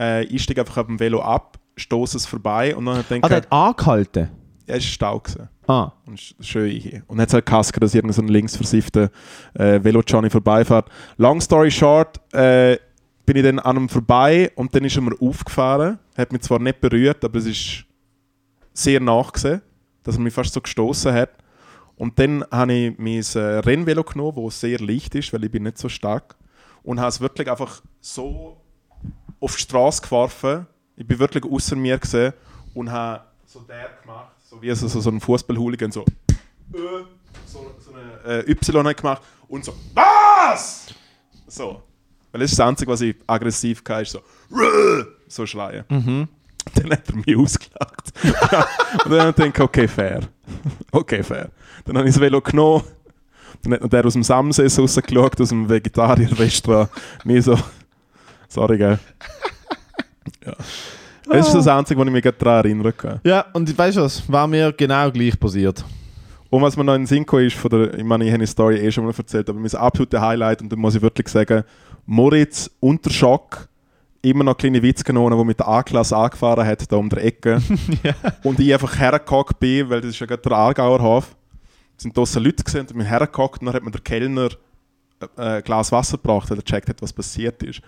S1: äh, ich steige einfach auf dem Velo ab, stoße es vorbei und dann denke ich,
S4: Ah, der hat angehalten.
S1: er ist Stau gewesen.
S4: Ah.
S1: Und sch- schön hier. Und jetzt halt Kasker, dass irgendein so ein linksversiffter äh, Velo-Johnny vorbeifährt. Long story short, äh, bin ich dann an ihm vorbei und dann ist er mir aufgefahren. Hat mich zwar nicht berührt, aber es ist sehr nachgesehen, dass er mich fast so gestoßen hat. Und dann habe ich mein äh, Rennvelo genommen, das sehr leicht ist, weil ich bin nicht so stark. Und habe es wirklich einfach so auf die Straße geworfen. Ich bin wirklich außer mir gesehen und habe so der gemacht, so wie so, so, so ein Fußballhooligan, so, äh, so, so eine äh, Y hat gemacht und so, was? So. Weil das ist das Einzige, was ich aggressiv kann, ist so, "Ruh!" so schreien. Dann hat er mich ausgelacht. und dann denke ich, okay, fair. Okay, fair. Dann habe ich das Velo genommen. Dann hat noch der aus dem Samses rausgeschaut, aus dem Vegetarier-Restaurant. Mir so, sorry, gell. Ja. Das ist das Einzige, was ich mich gerade daran erinnern kann.
S4: Ja, und weißt du was? War mir genau gleich passiert.
S1: Und was mir noch in den Sinn gekommen ist, von der, ich meine, ich habe die Story eh schon mal erzählt, aber mein absolutes Highlight, und da muss ich wirklich sagen, Moritz unter Schock, immer noch kleine Witzkanonen, die mit der A-Klasse angefahren hat, da um der Ecke. Und ich einfach hergehockt bin, weil das ist ja gerade der Aargauer Hof. Es sind draussen Leute gesehen und ich bin hergehockt und dann hat mir der Kellner äh, ein Glas Wasser gebracht, weil er checkt hat, was passiert ist.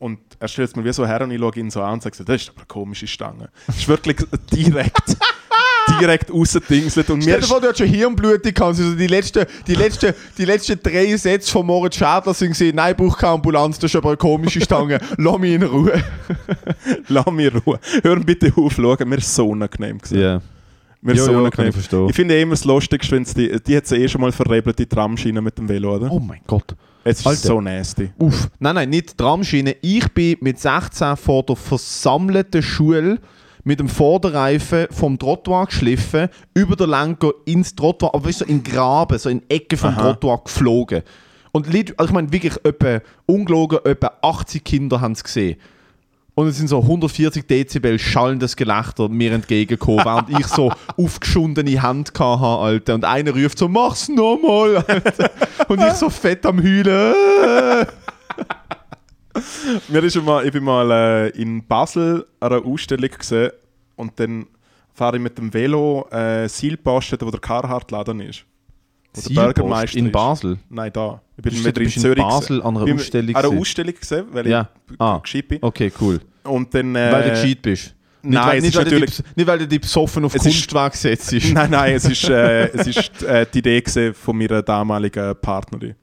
S1: Und er stellt es mir wie so her und ich schaue ihn so an und sage, so, das ist aber eine komische Stange. Das ist wirklich direkt, direkt rausgedingselt. Und mir
S4: Stell
S1: ist-
S4: dir vor, du hast schon Hirnblüte gehabt. Also die, letzten, die, letzten, die letzten drei Sätze von Moritz Schadler sind gesehen, nein, ich brauche keine Ambulanz, das ist aber eine komische Stange. Lass mich in Ruhe.
S1: Lass mich in Ruhe. Hör bitte auf, schauen. Mir ist so unangenehm. gewesen. Mir ist
S4: Ja,
S1: so
S4: ja, kann
S1: unangenehm.
S4: ich verstehen.
S1: ich finde eh immer das Lustigste, wenn die, die hat sie eh schon mal verrebelt, die Tramschiene mit dem Velo, oder?
S4: Oh mein Gott.
S1: es ist
S4: Alter.
S1: so nasty.
S4: Uff. Nein, nein, nicht Tramschiene. Ich bin mit 16 vor der versammelten Schule mit dem Vorderreifen vom Trottoir geschliffen, über der Lenker ins Trottoir, aber weißt du, so in den Graben, so in die Ecke vom Trottoir geflogen. Und Leute, also ich meine wirklich, etwa, ungelogen, etwa 80 Kinder haben es gesehen. Und es sind so 140 Dezibel schallendes Gelächter mir entgegengekommen, während ich so aufgeschundene Hände hatte, Alter. Und einer ruft so, mach's nochmal, Alter. Und ich so fett am äh, Heulen.
S1: Mir ist einmal, ich bin mal äh, in Basel an einer Ausstellung gesehen und dann fahre ich mit dem Velo äh, Silposten, wo der Carhartt laden ist. Wo der Bürgermeister
S4: in
S1: ist.
S4: Basel.
S1: Nein, da. Ich bin
S4: Bist
S1: mit
S4: du-
S1: in
S4: bist in
S1: Zürich.
S4: Basel
S1: gewesen.
S4: an
S1: Ich
S4: einer
S1: bin
S4: Ausstellung
S1: An einer
S4: gewesen?
S1: Ausstellung gesehen, weil
S4: Ja.
S1: ich
S4: Ah.
S1: gescheit bin.
S4: Okay, cool.
S1: Und dann, äh,
S4: Weil du gescheit bist. Nicht,
S1: nein,
S4: weil,
S1: es
S4: nicht,
S1: ist
S4: weil du
S1: natürlich-
S4: die, nicht, weil du die besoffen auf
S1: Es ist-
S4: Kunstwerk gesetzt ist.
S1: Nein, nein, es ist, äh, es ist äh, die Idee gewesen von meiner damaligen Partnerin.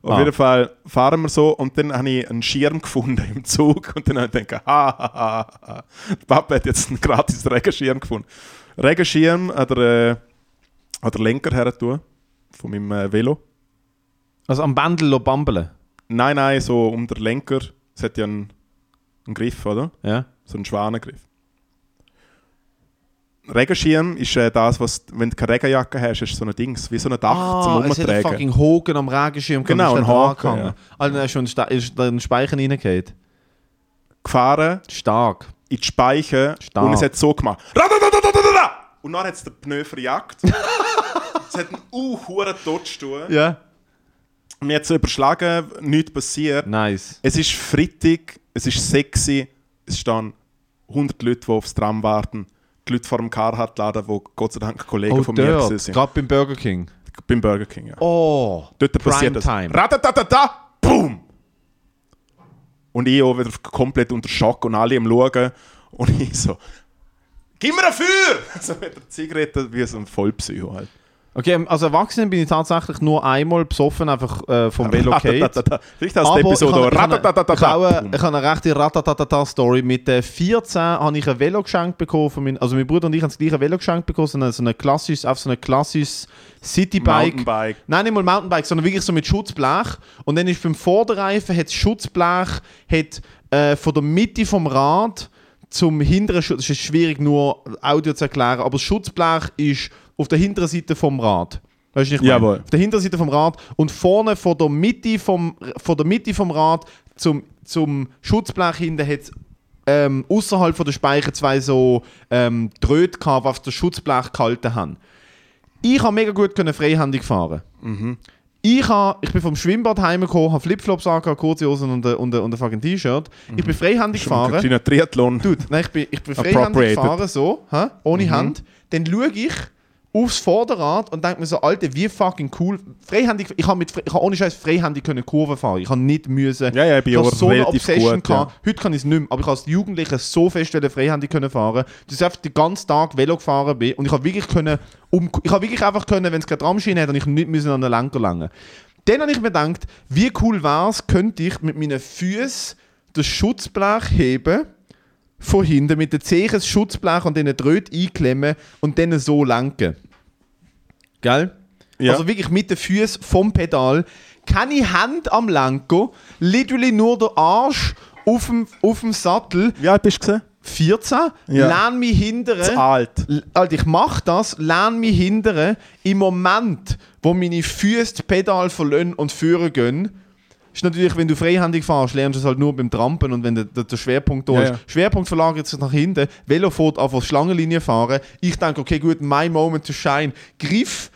S1: Auf
S4: Ah.
S1: jeden Fall fahren wir so und dann habe ich einen Schirm gefunden im Zug und dann habe ich gedacht, ha, ha, ha, ha. Der Papa hat jetzt einen gratis Regenschirm gefunden. Regenschirm an der, äh, an der Lenker her tun, von meinem äh, Velo.
S4: Also am Bändel lassen bambeln.
S1: Nein, nein, so um den Lenker. Es hat ja einen, einen Griff, oder?
S4: Ja.
S1: So ein Schwanengriff. Regenschirm ist äh, das, was, wenn du keine Regenjacke hast, ist so ein Dings, wie so ein Dach zum
S4: Ah, es hat einen
S1: Umtragen.
S4: fucking Haken am Regenschirm.
S1: Genau,
S4: ein
S1: ein Haken,
S4: Haken.
S1: ja.
S4: Alter, dann hast du einen Sta- ist da ein Speicher reingehauen.
S1: Gefahren
S4: Stark.
S1: in die Speiche
S4: Stark.
S1: und es hat so gemacht. Radadadadadada! Und dann hat es den Pneu verjagt. es hat einen uhuren Totsch tun.
S4: Ja.
S1: Mir hat es überschlagen, nichts passiert.
S4: Nice.
S1: Es ist Freitag, es ist sexy, es stehen 100 Leute, die aufs Tram warten. die Leute vor dem Carhartt-Laden, die Gott sei Dank Kollegen
S4: Oh,
S1: von mir gewesen
S4: dort.
S1: sind.
S4: Gerade beim Burger King.
S1: Beim Burger King, ja.
S4: Oh.
S1: Dort passiert das.
S4: Primetime.
S1: Ratatatata, boom! Und ich auch wieder komplett unter Schock und alle am Schauen. Und ich so, gib mir ein Feuer! So mit der Zigarette wie so ein Vollpsycho halt.
S4: Okay, ähm, als Erwachsener bin ich tatsächlich nur einmal besoffen, einfach äh, vom Relocate.
S1: Ratatatata. Vielleicht hast du die Episode
S4: ich habe eine, ich
S1: Ratatatata,
S4: habe eine,
S1: boom.
S4: ich habe eine rechte Ratatatata-Story. Mit äh, 14 habe ich ein Velo geschenkt bekommen. Von mein, also mein Bruder und ich haben das gleiche Velo geschenkt bekommen, sondern so ein klassisches, auf so ein klassisches Citybike.
S1: Mountainbike.
S4: Nein, nicht mal Mountainbike, sondern wirklich so mit Schutzblech. Und dann ist beim Vorderreifen hat das Schutzblech hat, äh, von der Mitte vom Rad zum hinteren Schutz. Das ist schwierig, nur Audio zu erklären, aber das Schutzblech ist auf der hinteren Seite vom Rad. Weißt du nicht?
S1: Jawohl.
S4: Auf der Hinterseite vom Rad und vorne von der Mitte vom, von der Mitte vom Rad zum, zum Schutzblech hinten hat ähm, außerhalb von der Speicher zwei so ähm, Drähte gehabt, was das Schutzblech gehalten haben. Ich konnte mega gut können freihändig fahren. Ich, hab, ich bin vom Schwimmbad heimgekommen, habe Flipflops angehabt, kurze Hosen und, ein- und, ein- und ein fucking T-Shirt. Ich bin freihändig
S1: Ein
S4: gefahren.
S1: kleiner Triathlon.
S4: Dude, nein, ich bin, ich bin freihändig
S1: Appropriated.
S4: gefahren, so, hä? ohne Hand. Dann schaue ich aufs Vorderrad und denke mir so, Alter, wie fucking cool. Freihändig, ich habe hab ohne Scheiß freihändig können Kurven fahren. Ich habe nicht müssen.
S1: Ja, ja, ich bin
S4: hab
S1: auch
S4: so eine
S1: relativ
S4: Obsession
S1: gut,
S4: gehabt. Heute kann ich es nicht mehr, aber ich habe als Jugendlicher so fest wollen freihändig können fahren, dass ich einfach den ganzen Tag Velo gefahren bin und ich habe wirklich können, um, ich habe wirklich einfach können, wenn es keine Tramschiene hat, und ich nicht müssen an den Lenker langen. Dann habe ich mir gedacht, wie cool wäre es, könnte ich mit meinen Füßen das Schutzblech heben von hinten mit den Zehen das Schutzblech und diesen Dröht einklemmen und dann so lenken. Gell?
S1: Ja.
S4: Also wirklich mit den Füßen vom Pedal. Keine Hand am Lenker, literally nur der Arsch auf dem, auf dem Sattel.
S1: Wie alt bist du? gewesen?
S4: 14,
S1: Ja.
S4: lehn mich
S1: Zu
S4: hindern.
S1: alt.
S4: L- Alter, ich mach das, lehn mich hindern. Im Moment, wo meine Füße das Pedal verlassen und führen gehen, ist natürlich, wenn du freihändig fährst, lernst du es halt nur beim Trampen und wenn der, der, der Schwerpunkt da
S1: Ja,
S4: ist.
S1: ja.
S4: Schwerpunkt verlagert sich nach hinten, Velo fährt auf die Schlangenlinie fahren. Ich denke, okay, gut, my moment to shine. Griff,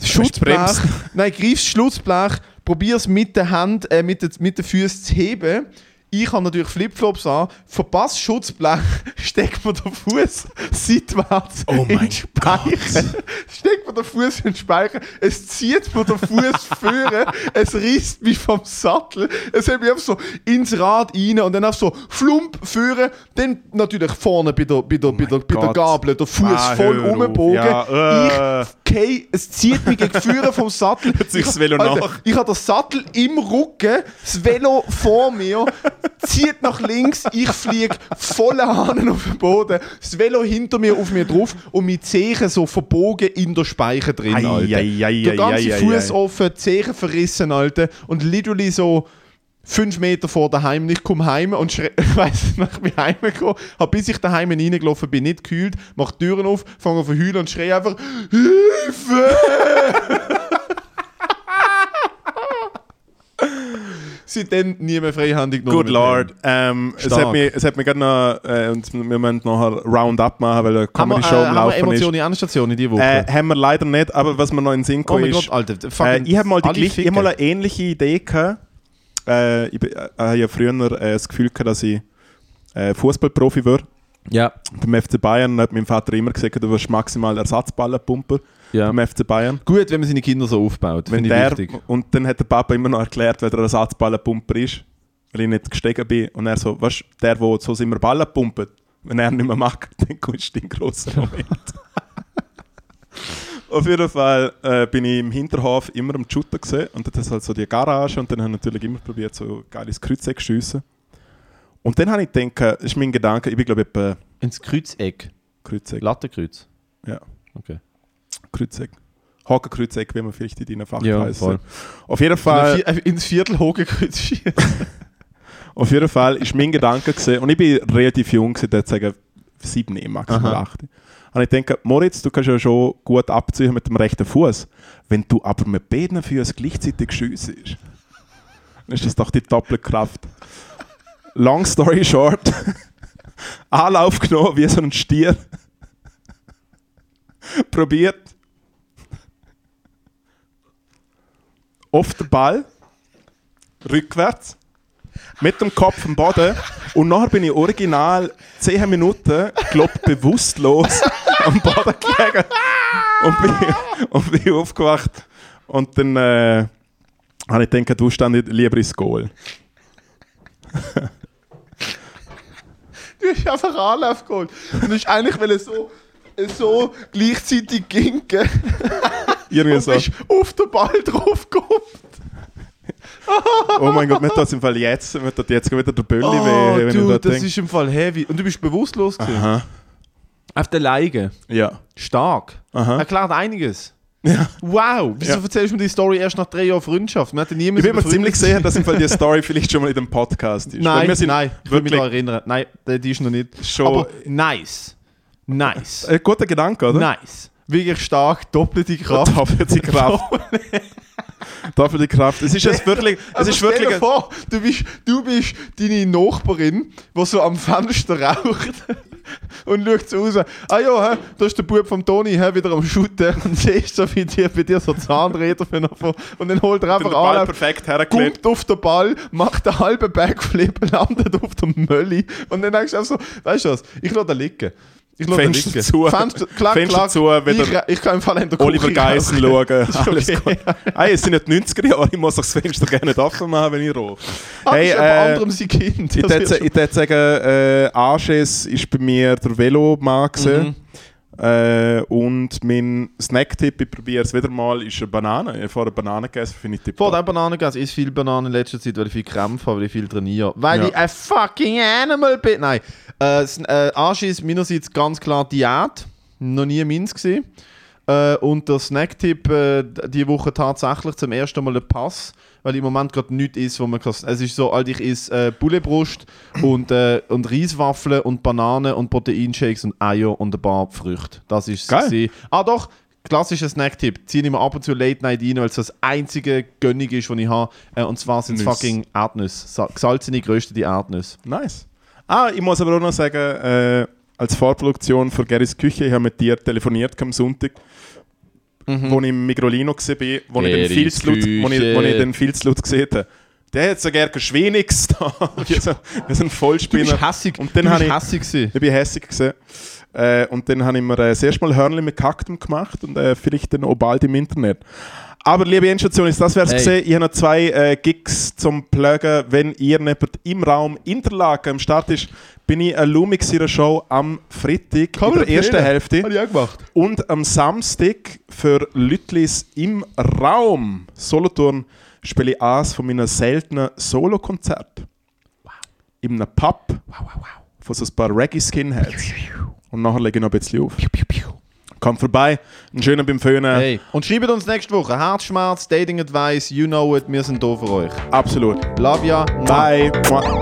S4: Schutzblech,
S1: bremst.
S4: nein, griff das Schutzblech, probier es mit der Hand, äh, mit, den, mit den Füßen zu heben. Ich habe natürlich Flipflops an, verpasse Schutzblech, steckt mir den Fuß seitwärts
S1: Oh
S4: in
S1: mein
S4: den Speicher. Steckt mir den Fuß in den Speicher, es zieht mir den Fuß führen, es reißt mich vom Sattel, es hält mich einfach so ins Rad rein und dann einfach so flump führen, dann natürlich vorne bei der, bei der, bei der, bei der
S1: Oh Gott.
S4: Gabel, der Fuß
S1: Ah,
S4: voll
S1: hör auf.
S4: umgebogen.
S1: Ja, äh.
S4: Ich okay, es zieht mich gegen Führen vom Sattel.
S1: sich das Velo
S4: Alter,
S1: nach.
S4: Ich habe das Sattel im Rücken, das Velo vor mir, zieht nach links, ich fliege volle Hahnen auf den Boden, das Velo hinter mir auf mir drauf und meine Zehen so verbogen in der Speiche drin,
S1: Ei,
S4: Alter.
S1: ei, ei,
S4: der
S1: ei,
S4: ganze
S1: ei, ei,
S4: Fuß
S1: ei.
S4: offen, Zehen verrissen, Alter. Und literally so fünf Meter vor daheim, ich komme heim und schre- ich weiss nicht, ich bin heimgekommen, hab bis ich daheim reingelaufen bin, nicht gekühlt, mach die Türen auf, fange an zu heulen und schreie einfach Hilfe! Seitdem nie mehr freihändig
S1: Good
S4: genommen werden.
S1: Lord. Ähm, es,
S4: Stark.
S1: hat mich, es hat mich gerade noch. Äh, und wir müssen nachher Roundup machen, weil eine
S4: Haben wir,
S1: Comedy
S4: äh,
S1: Show am
S4: haben wir
S1: Laufen ist.
S4: Emotionen an der Station in die Woche?
S1: Äh, haben wir leider nicht, aber was mir noch in den Sinn
S4: oh
S1: gekommen
S4: mein
S1: ist.
S4: Gott, Alter.
S1: äh,
S4: fucking
S1: ich habe mal, die
S4: alle
S1: gleiche- ich hab
S4: ficken.
S1: mal eine ähnliche Idee gehabt. Äh, ich bin- äh, habe ja früher äh, das Gefühl gehabt, dass ich äh, Fußballprofi war.
S4: Ja,
S1: Beim FC Bayern hat mein Vater immer gesagt, du wirst maximal Ersatzballenpumper
S4: ja.
S1: beim FC Bayern.
S4: Gut, wenn man seine Kinder so aufbaut.
S1: Wenn
S4: Finde ich
S1: der,
S4: wichtig.
S1: und dann hat der Papa immer noch erklärt, wer der Ersatzballenpumper ist, weil ich nicht gestiegen bin. Und er so, weißt du, der, der so immer Ballen pumpt, wenn er nicht mehr macht, dann kommst du in den grossen Moment. Auf jeden Fall äh, bin ich im Hinterhof immer am Shooter gesehen und dann ist halt so die Garage und dann habe ich natürlich immer probiert, so geiles Kreuzeck zu schiessen. Und dann habe ich gedacht, äh, ist mein Gedanke, ich bin glaube ich etwa
S4: Ins Kreuzeck.
S1: Kreuzeck.
S4: Lattenkreuz.
S1: Ja.
S4: Okay.
S1: Kreuzeck. Hakenkreuzegg, wie man vielleicht in deinen Fach
S4: Ja, voll.
S1: Auf jeden Fall.
S4: äh, ins Viertel hochgekreuz schießen.
S1: Auf jeden Fall ist mein Gedanke gewesen, und ich bin relativ jung, gewesen, dort sagen sieben, eh, maximal
S4: Aha.
S1: acht. Und ich denke, Moritz, du kannst ja schon gut abziehen mit dem rechten Fuß. Wenn du aber mit beiden Füßen gleichzeitig schiessest, dann ist das doch die Doppelkraft. Long story short, Anlauf genommen wie so ein Stier. Probiert. Auf den Ball, rückwärts, mit dem Kopf am Boden. Und nachher bin ich original 10 Minuten, glaub bewusstlos am Boden gelegen und bin, und bin aufgewacht. Und dann äh, habe ich gedacht, du stand lieber ins Goal.
S4: Du hast einfach Anlauf geholt. Und du hast eigentlich wollen so, so gleichzeitig ginken.
S1: Irgendwie
S4: Und
S1: so.
S4: bist auf den Ball draufgekommen.
S1: Oh mein Gott, mir tut im Fall jetzt, mir tut jetzt wieder der Bölli weh, wenn ich da denke.
S4: Oh, ist im Fall heavy. Und du bist bewusstlos gewesen.
S1: Aha.
S4: Auf der Leige.
S1: Ja.
S4: Stark.
S1: Aha.
S4: Erklärt einiges. Wow, wieso
S1: Ja.
S4: erzählst du mir die Story erst nach drei Jahren Freundschaft? Wir hatten nie
S1: Ich bin mir ziemlich sicher, dass im Fall die Story vielleicht schon mal in dem Podcast ist. Weil
S4: Nein,
S1: wir sind
S4: nein, ich will mich
S1: wirklich
S4: daran erinnern. Nein, die die ist noch nicht.
S1: Schon-
S4: Aber nice. Nice.
S1: ein guter Gedanke, oder?
S4: nice. Wirklich stark, doppelte Kraft.
S1: Tafel die Kraft. Tafel die Kraft. Es ist jetzt wirklich, es
S4: Also
S1: ist
S4: stell dir
S1: wirklich ein-
S4: vor, du bist, du bist deine Nachbarin, die so am Fenster raucht und schaut so raus. Ah ja, hä, da ist der Bub vom Toni hä, wieder am Shooten und siehst so, wie dir bei dir so Zahnräder für noch vor- und dann holt er
S1: den
S4: einfach
S1: Ball
S4: Anlauf,
S1: perfekt hergelegt.
S4: kommt auf den Ball, macht einen halben Backflip, landet auf dem Mölli und dann denkst du einfach so, weißt du was, ich lasse den liegen. Ich lasse den
S1: Fenster
S4: liegen.
S1: zu.
S4: Fenster, klack,
S1: Fenster
S4: klack.
S1: zu,
S4: ich,
S1: wieder
S4: ich kann im Fall in der
S1: Oliver
S4: Küche
S1: Geissen
S4: rauchen.
S1: schauen.
S4: okay.
S1: Alles gut. Hey, es sind ja die 90er Jahre, ich muss das Fenster gerne nicht offen machen, wenn ich rufe.
S4: Ah,
S1: Hey,
S4: das ist jemand
S1: äh,
S4: anderem sein Kind.
S1: ich
S4: Das wird schon-
S1: würde sagen, äh, Anschluss ist bei mir der Velomann gewesen. Äh, und mein Snacktipp, ich probiere es wieder mal, ist eine Banane. Ich habe vorher Banane gegessen, finde ich
S4: Vor
S1: tipptopp.
S4: der Banane gegessen. Ich esse viel Banane in letzter Zeit, weil ich viel Krämpfe habe, weil ich viel trainiere. Weil
S1: Ja.
S4: ich ein fucking Animal bin. Nein. Äh, s- äh, Arsch ist meinerseits ganz klar Diät. Noch nie meins gewesen. Äh, und der Snacktipp äh, diese Woche tatsächlich zum ersten Mal ein Pass, weil im Moment gerade nichts ist, wo man kann. Es ist so, alt ich esse äh, Bullebrust und, äh, und Reiswaffeln und Bananen und Proteinshakes und Eier und ein paar Früchte. Das ist
S1: Geil.
S4: gewesen. Ah doch, klassischer Snacktipp. Zieh ich mir ab und zu Late Night rein, weil es das einzige Gönnige ist, was ich habe. Äh, und zwar sind es
S1: Nüsse.
S4: fucking Erdnüsse. Sa- Gesalzene, geröstete Erdnüsse.
S1: Nice. Ah, ich muss aber auch noch sagen, äh, als Vorproduktion für Gerrys Küche, ich habe mit dir telefoniert am Sonntag,
S4: Mhm.
S1: wo ich im Migrolino war, wo, ich den
S2: Gerrys
S1: viel zu laut- wo, ich, wo ich
S2: Küche.
S1: den viel zu laut gesehen habe. Der hat so gerne Schwenix da. Wir sind ein Vollspinner.
S4: hässig.
S1: Und dann
S4: du
S1: habe
S4: bist
S1: ich-
S4: hässig gewesen.
S1: Ich bin hässig gesehen. Äh, und dann habe ich mir äh, das erste Mal Hörnli mit Kaktum gemacht und äh, vielleicht dann auch bald im Internet. Aber liebe Endstation, das wäre es
S2: Hey.
S1: gesehen. Ich habe noch zwei äh, Gigs zum Pluggen. Wenn ihr nicht im Raum Interlaken am Start ist, bin ich ein Lumix in der Show am Freitag in der ersten Hälfte
S4: Habe ich auch gemacht.
S1: und am Samstag für Lütlis im Raum Solothurn spiele ich eins von meinen seltenen Solokonzerten. In einem Pub von so ein paar Reggae-Skinheads. Und nachher lege ich noch ein bisschen auf. Kommt vorbei, einen schönen beim Föhnen.
S4: Hey. Und schreibt uns nächste Woche Herzschmerz, Dating Advice, you know it, wir sind da für euch.
S1: Absolut.
S4: Love ya.
S1: Bye. Mua.